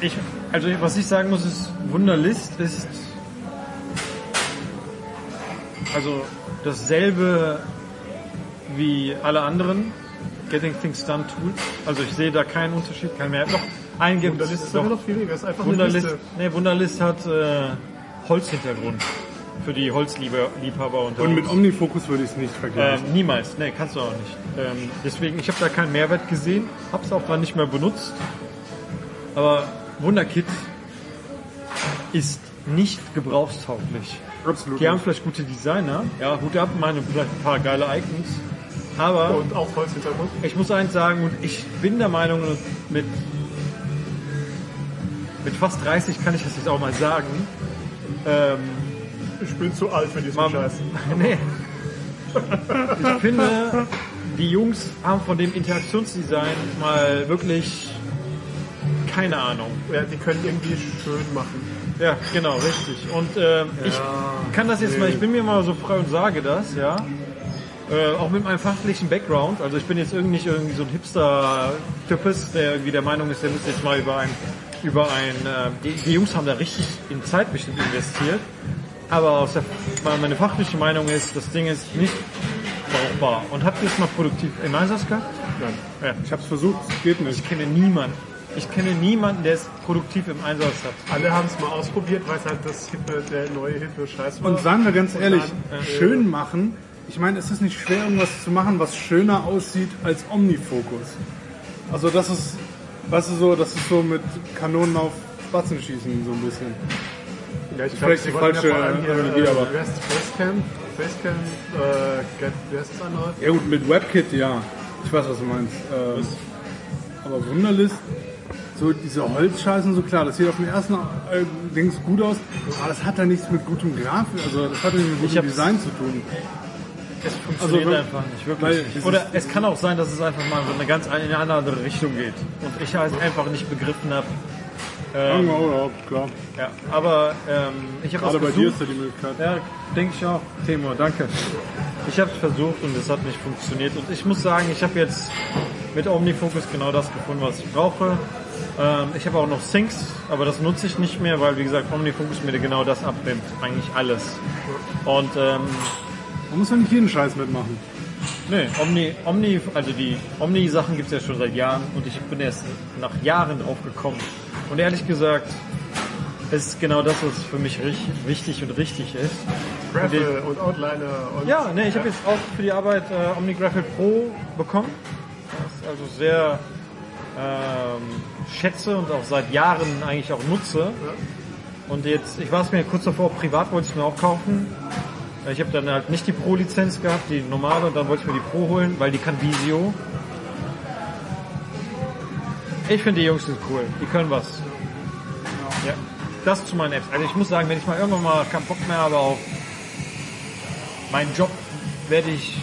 ich, also was ich sagen muss ist, Wunderlist ist also dasselbe wie alle anderen Getting Things Done Tools. Also ich sehe da keinen Unterschied, keinen mehr. Doch, ein gibt
Das
es
ist sogar
doch.
noch viel weniger. Das ist einfach eine
Wunderlist,
Liste.
nee, Wunderlist hat äh, Holzhintergrund für die Holzliebhaber unter
und
uns.
mit Omnifocus würde ich es nicht vergleichen.
Ähm, niemals, nee, kannst du auch nicht. Ähm, deswegen, ich habe da keinen Mehrwert gesehen, hab's auch dann nicht mehr benutzt. Aber Wunderkit ist nicht gebrauchstauglich.
Absolut.
Die haben vielleicht gute Designer, ja, Hut ab, meine vielleicht ein paar geile Icons. Aber
Und auch Holzhintergrund.
ich muss eins sagen, und ich bin der Meinung, und mit, mit fast 30 kann ich das jetzt auch mal sagen. Ähm,
Ich bin zu alt für diesen
Mom.
Scheiß.
Nee. Ich finde, die Jungs haben von dem Interaktionsdesign mal wirklich keine Ahnung.
Ja, die können irgendwie schön machen.
Ja, genau, richtig. Und ähm, ich kann das jetzt mal, ich bin mir mal so frei und sage das, ja. Äh, auch mit meinem fachlichen Background. Also ich bin jetzt irgendwie nicht irgendwie so ein Hipster-Types, der irgendwie der Meinung ist, der müsste jetzt mal über ein, über ein, äh, die, die Jungs haben da richtig in Zeit bestimmt investiert. Aber aus der, meine fachliche Meinung ist, das Ding ist nicht brauchbar. Und habt ihr es mal produktiv im Einsatz gehabt?
Ich habe es versucht, es geht nicht.
Ich kenne niemanden. Ich kenne niemanden, der es produktiv im Einsatz hat.
Alle haben es mal ausprobiert, weil es halt das hippe, der neue hippe Scheiß war.
Und sagen wir ganz ehrlich,
dann, äh,
schön machen. Ich meine, es ist nicht schwer, irgendwas zu machen, was schöner aussieht als Omnifocus. Also das ist, weißt du so, das ist so mit Kanonen auf Spatzen schießen so ein bisschen.
ja, ich
vielleicht die
die wollten
falsche
ja vor allem
Analogie,
hier,
aber-
äh, Rest Facecam, Facecam, äh, Get, wer ist das andere?
Ja gut, mit WebKit, ja. Ich weiß, was du meinst. Ähm, aber Wunderlist, so diese Holzscheißen, so klar, das sieht auf dem ersten äh, Dings gut aus, aber das hat ja nichts mit gutem Grafik, also das hat ja nichts mit
Ich
gutem
hab's-
Design zu tun.
Es funktioniert
wenn-
einfach nicht, wirklich.
weil-
Also Oder es kann auch sein, dass es einfach mal so eine ganz in eine andere Richtung geht. Und ich halt einfach nicht begriffen habe. Ähm,
Ja, klar.
ja, aber ähm, ich habe
Gerade Also bei dir ist
versucht.
da die Möglichkeit.
Ja, denke ich auch. Timo, danke. Ich habe es versucht und es hat nicht funktioniert. Und ich muss sagen, ich habe jetzt mit OmniFocus genau das gefunden, was ich brauche. Ähm, ich habe auch noch Syncs, aber das nutze ich nicht mehr, weil wie gesagt OmniFocus mir genau das abnimmt, eigentlich alles. Und ähm,
Man muss ja nicht jeden Scheiß mitmachen.
Nee, Omni, Omni, also die Omni-Sachen gibt's ja schon seit Jahren und ich bin erst nach Jahren drauf gekommen. Und ehrlich gesagt, es ist genau das, was für mich richtig, wichtig und richtig ist. Und den-
Raffle äh, und Outliner und
ja, ne, ich habe jetzt auch für die Arbeit äh, OmniGraphit Pro bekommen. Das ist also sehr ähm, schätze und auch seit Jahren eigentlich auch nutze. Und jetzt, ich war es mir kurz davor, privat wollte ich mir auch kaufen. Ich habe dann halt nicht die Pro-Lizenz gehabt, die normale, und dann wollte ich mir die Pro holen, weil die kann Visio. Ich finde die Jungs sind cool, die können was. Ja. Das zu meinen Apps. Also ich muss sagen, wenn ich mal irgendwann mal keinen Bock mehr habe auf mein Job werde ich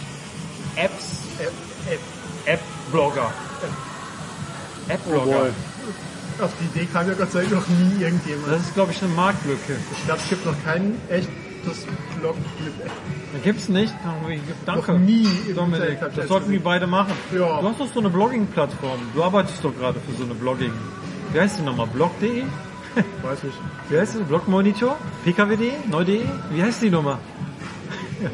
Apps, App, App, Äh, App-Blogger. App-Blogger.
auf die Idee kam ja Gott sei Dank noch nie irgendjemand.
das ist, glaube ich, eine Marktlücke.
Ich glaube, es gibt noch kein echtes Blog mit echt-
Da gibt's nicht. Danke.
Noch nie im
Dominik,
Internet hab ich
das
eins
sollten wir
gesehen.
beide machen.
Ja.
Du hast doch so eine Blogging-Plattform. Du arbeitest doch gerade für so eine Blogging. Wie heißt die nochmal? Blog.de?
Weiß nicht.
Wie heißt die? Blogmonitor? PKW.de? Neu.de? E? Wie heißt die Nummer? [LAUGHS]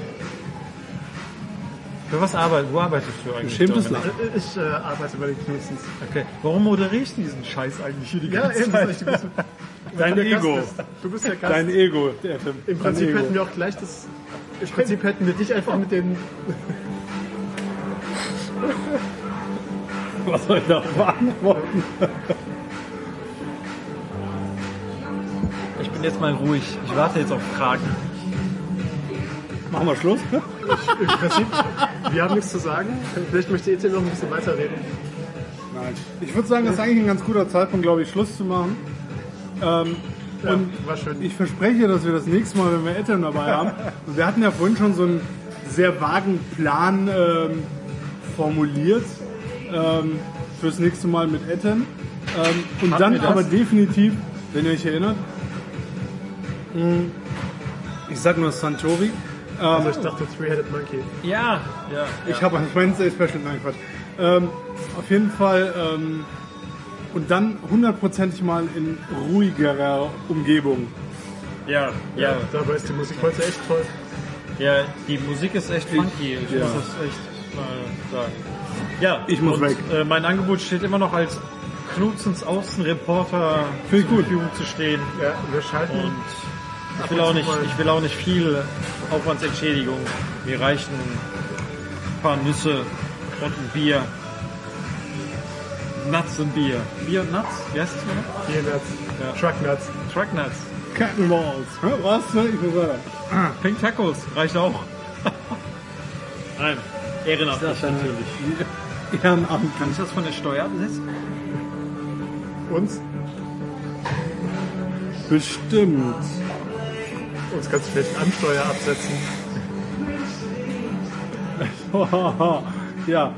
Für was arbeitest du? Wo arbeitest du eigentlich?
Schämtes
Dominik?
Lachen.
Äh, Ich äh, arbeite bei den Knutzens.
Okay. Warum moderierst du diesen Scheiß eigentlich hier die
Ja,
ganze
eben, das
Zeit?
hab ich gewusst.
[LAUGHS] Dein
Der Gast
Ego.
Ist, du bist der Gast.
Dein Ego, der Tim.
Im
Dein
Prinzip
Ego.
hätten wir auch gleich das. Im Prinzip hätten wir dich einfach mit dem.
Was soll ich da beantworten?
Ich bin jetzt mal ruhig. Ich warte jetzt auf Fragen.
Machen wir Schluss? ne?
Im Prinzip, wir haben nichts zu sagen. Vielleicht möchte ET noch ein bisschen weiterreden.
Nein. Ich würde sagen, das ist eigentlich ein ganz guter Zeitpunkt, glaube ich, Schluss zu machen. Ähm,
Ja,
und
war schön.
ich verspreche, dass wir das nächste Mal, wenn wir Etten dabei haben, und wir hatten ja vorhin schon so einen sehr vagen Plan ähm, formuliert ähm, fürs nächste Mal mit Etten. Ähm, und dann
wir das?
aber definitiv, wenn ihr euch erinnert, mh, ich sag nur Santori. Ähm,
also ich dachte Three-Headed Monkey.
Ja, ja.
Ich habe ich meine sehr special, nein Quatsch. Ähm, auf jeden Fall ähm, und dann hundertprozentig mal in ruhigerer Umgebung.
Ja, ja,
Dabei ist die Musik heute echt toll.
ja. Die Musik ist echt funky. Ich
ja.
muss das echt mal sagen. Ja,
Ich muss
und,
weg.
Äh, mein Angebot steht immer noch als Knutzens Außenreporter
Finde ich
zur
gut.
Verfügung zu stehen.
Ja, wir schalten.
Und ich will auch nicht, ich will auch nicht viel Aufwandsentschädigung. Mir reichen ein paar Nüsse und ein Bier. Nuts und Bier. Bier und Nuts? Wie heißt das nochmal?
Hier Nuts.
Ja.
Truck Nuts.
Trucknuts.
Cannonballs. Hä, Was? Ich muss weiter.
Pink Tacos. Reicht auch. [LAUGHS] Nein. Ehrenamt.
natürlich. Ehrenamt.
Kann ich das von der Steuer absetzen?
Uns?
Bestimmt.
Uns kannst du vielleicht einen Ansteuer absetzen.
[LAUGHS] ja.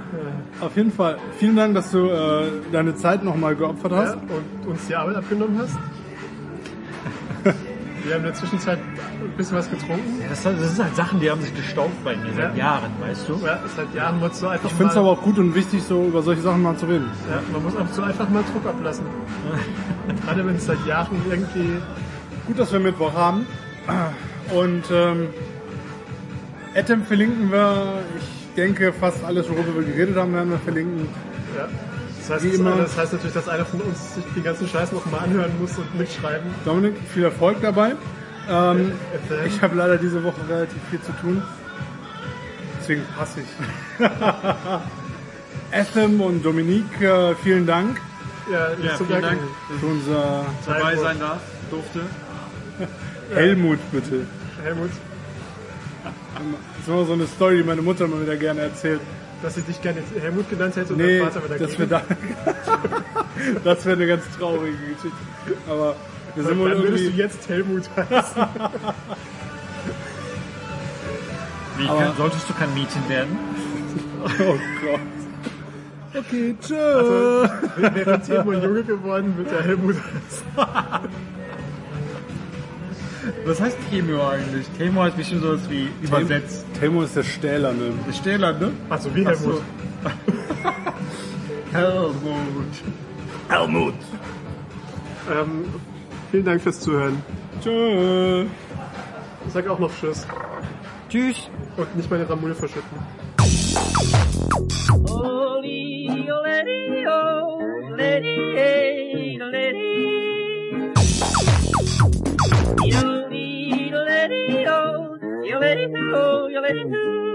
Auf jeden Fall. Vielen Dank, dass du äh, deine Zeit nochmal geopfert hast.
Ja, und uns die Arbeit abgenommen
[LAUGHS]
hast. Wir haben in der Zwischenzeit ein bisschen was getrunken.
Das, das sind halt Sachen, die haben sich gestaubt bei mir seit
Ja.
Jahren, weißt du?
Ja, seit Jahren wolltest du einfach
Ich finde es
mal,
aber auch gut und wichtig, so über solche Sachen mal zu reden.
ja, man muss auch so einfach mal
[LAUGHS]
Druck ablassen. Gerade wenn es seit Jahren irgendwie
Gut, dass wir Mittwoch haben. Und ähm, Atom verlinken wir. Ich denke, fast alles, worüber wir geredet haben, werden wir verlinken.
Ja. Das heißt,
Wie immer.
das heißt natürlich, dass einer von uns sich den ganzen Scheiß nochmal anhören muss und mitschreiben.
Dominik, viel Erfolg dabei. Ähm,
Erzählen.
ich habe leider diese Woche relativ viel zu tun. Deswegen passe ich. [LAUGHS] Ethem und Dominique, äh, vielen Dank
Ja, nicht
Ja,
zu
vielen
danken.
Dank,
für unser
dass ich dabei sein darf, durfte.
Helmut, bitte.
Helmut,
Das ist immer so eine Story, die meine Mutter immer wieder gerne erzählt.
dass ich dich gerne jetzt Helmut genannt hätte und
Nee,
dein Vater wieder
das wäre da, [LAUGHS] das wäre eine ganz traurige Geschichte. Aber wir sind
Also Dann
wohl
[LAUGHS] würdest du
irgendwie,
jetzt Helmut heißen.
Wie kann, solltest du kein Mädchen werden?
Okay, tschö.
Während Timo Junge geworden wird, der Helmut.
Was heißt Temo eigentlich? Temo heißt bestimmt sowas wie übersetzt.
Temo ist der Stählerne.
Stähler, ne?
Also wie Helmut.
so.
[LAUGHS]
Helmut. Helmut.
Ähm, vielen Dank fürs Zuhören.
Tschö.
Ich sag auch noch Tschüss.
Tschüss.
Und nicht meine Ramule verschütten.
You little lady, oh, you lady, oh, you lady, oh.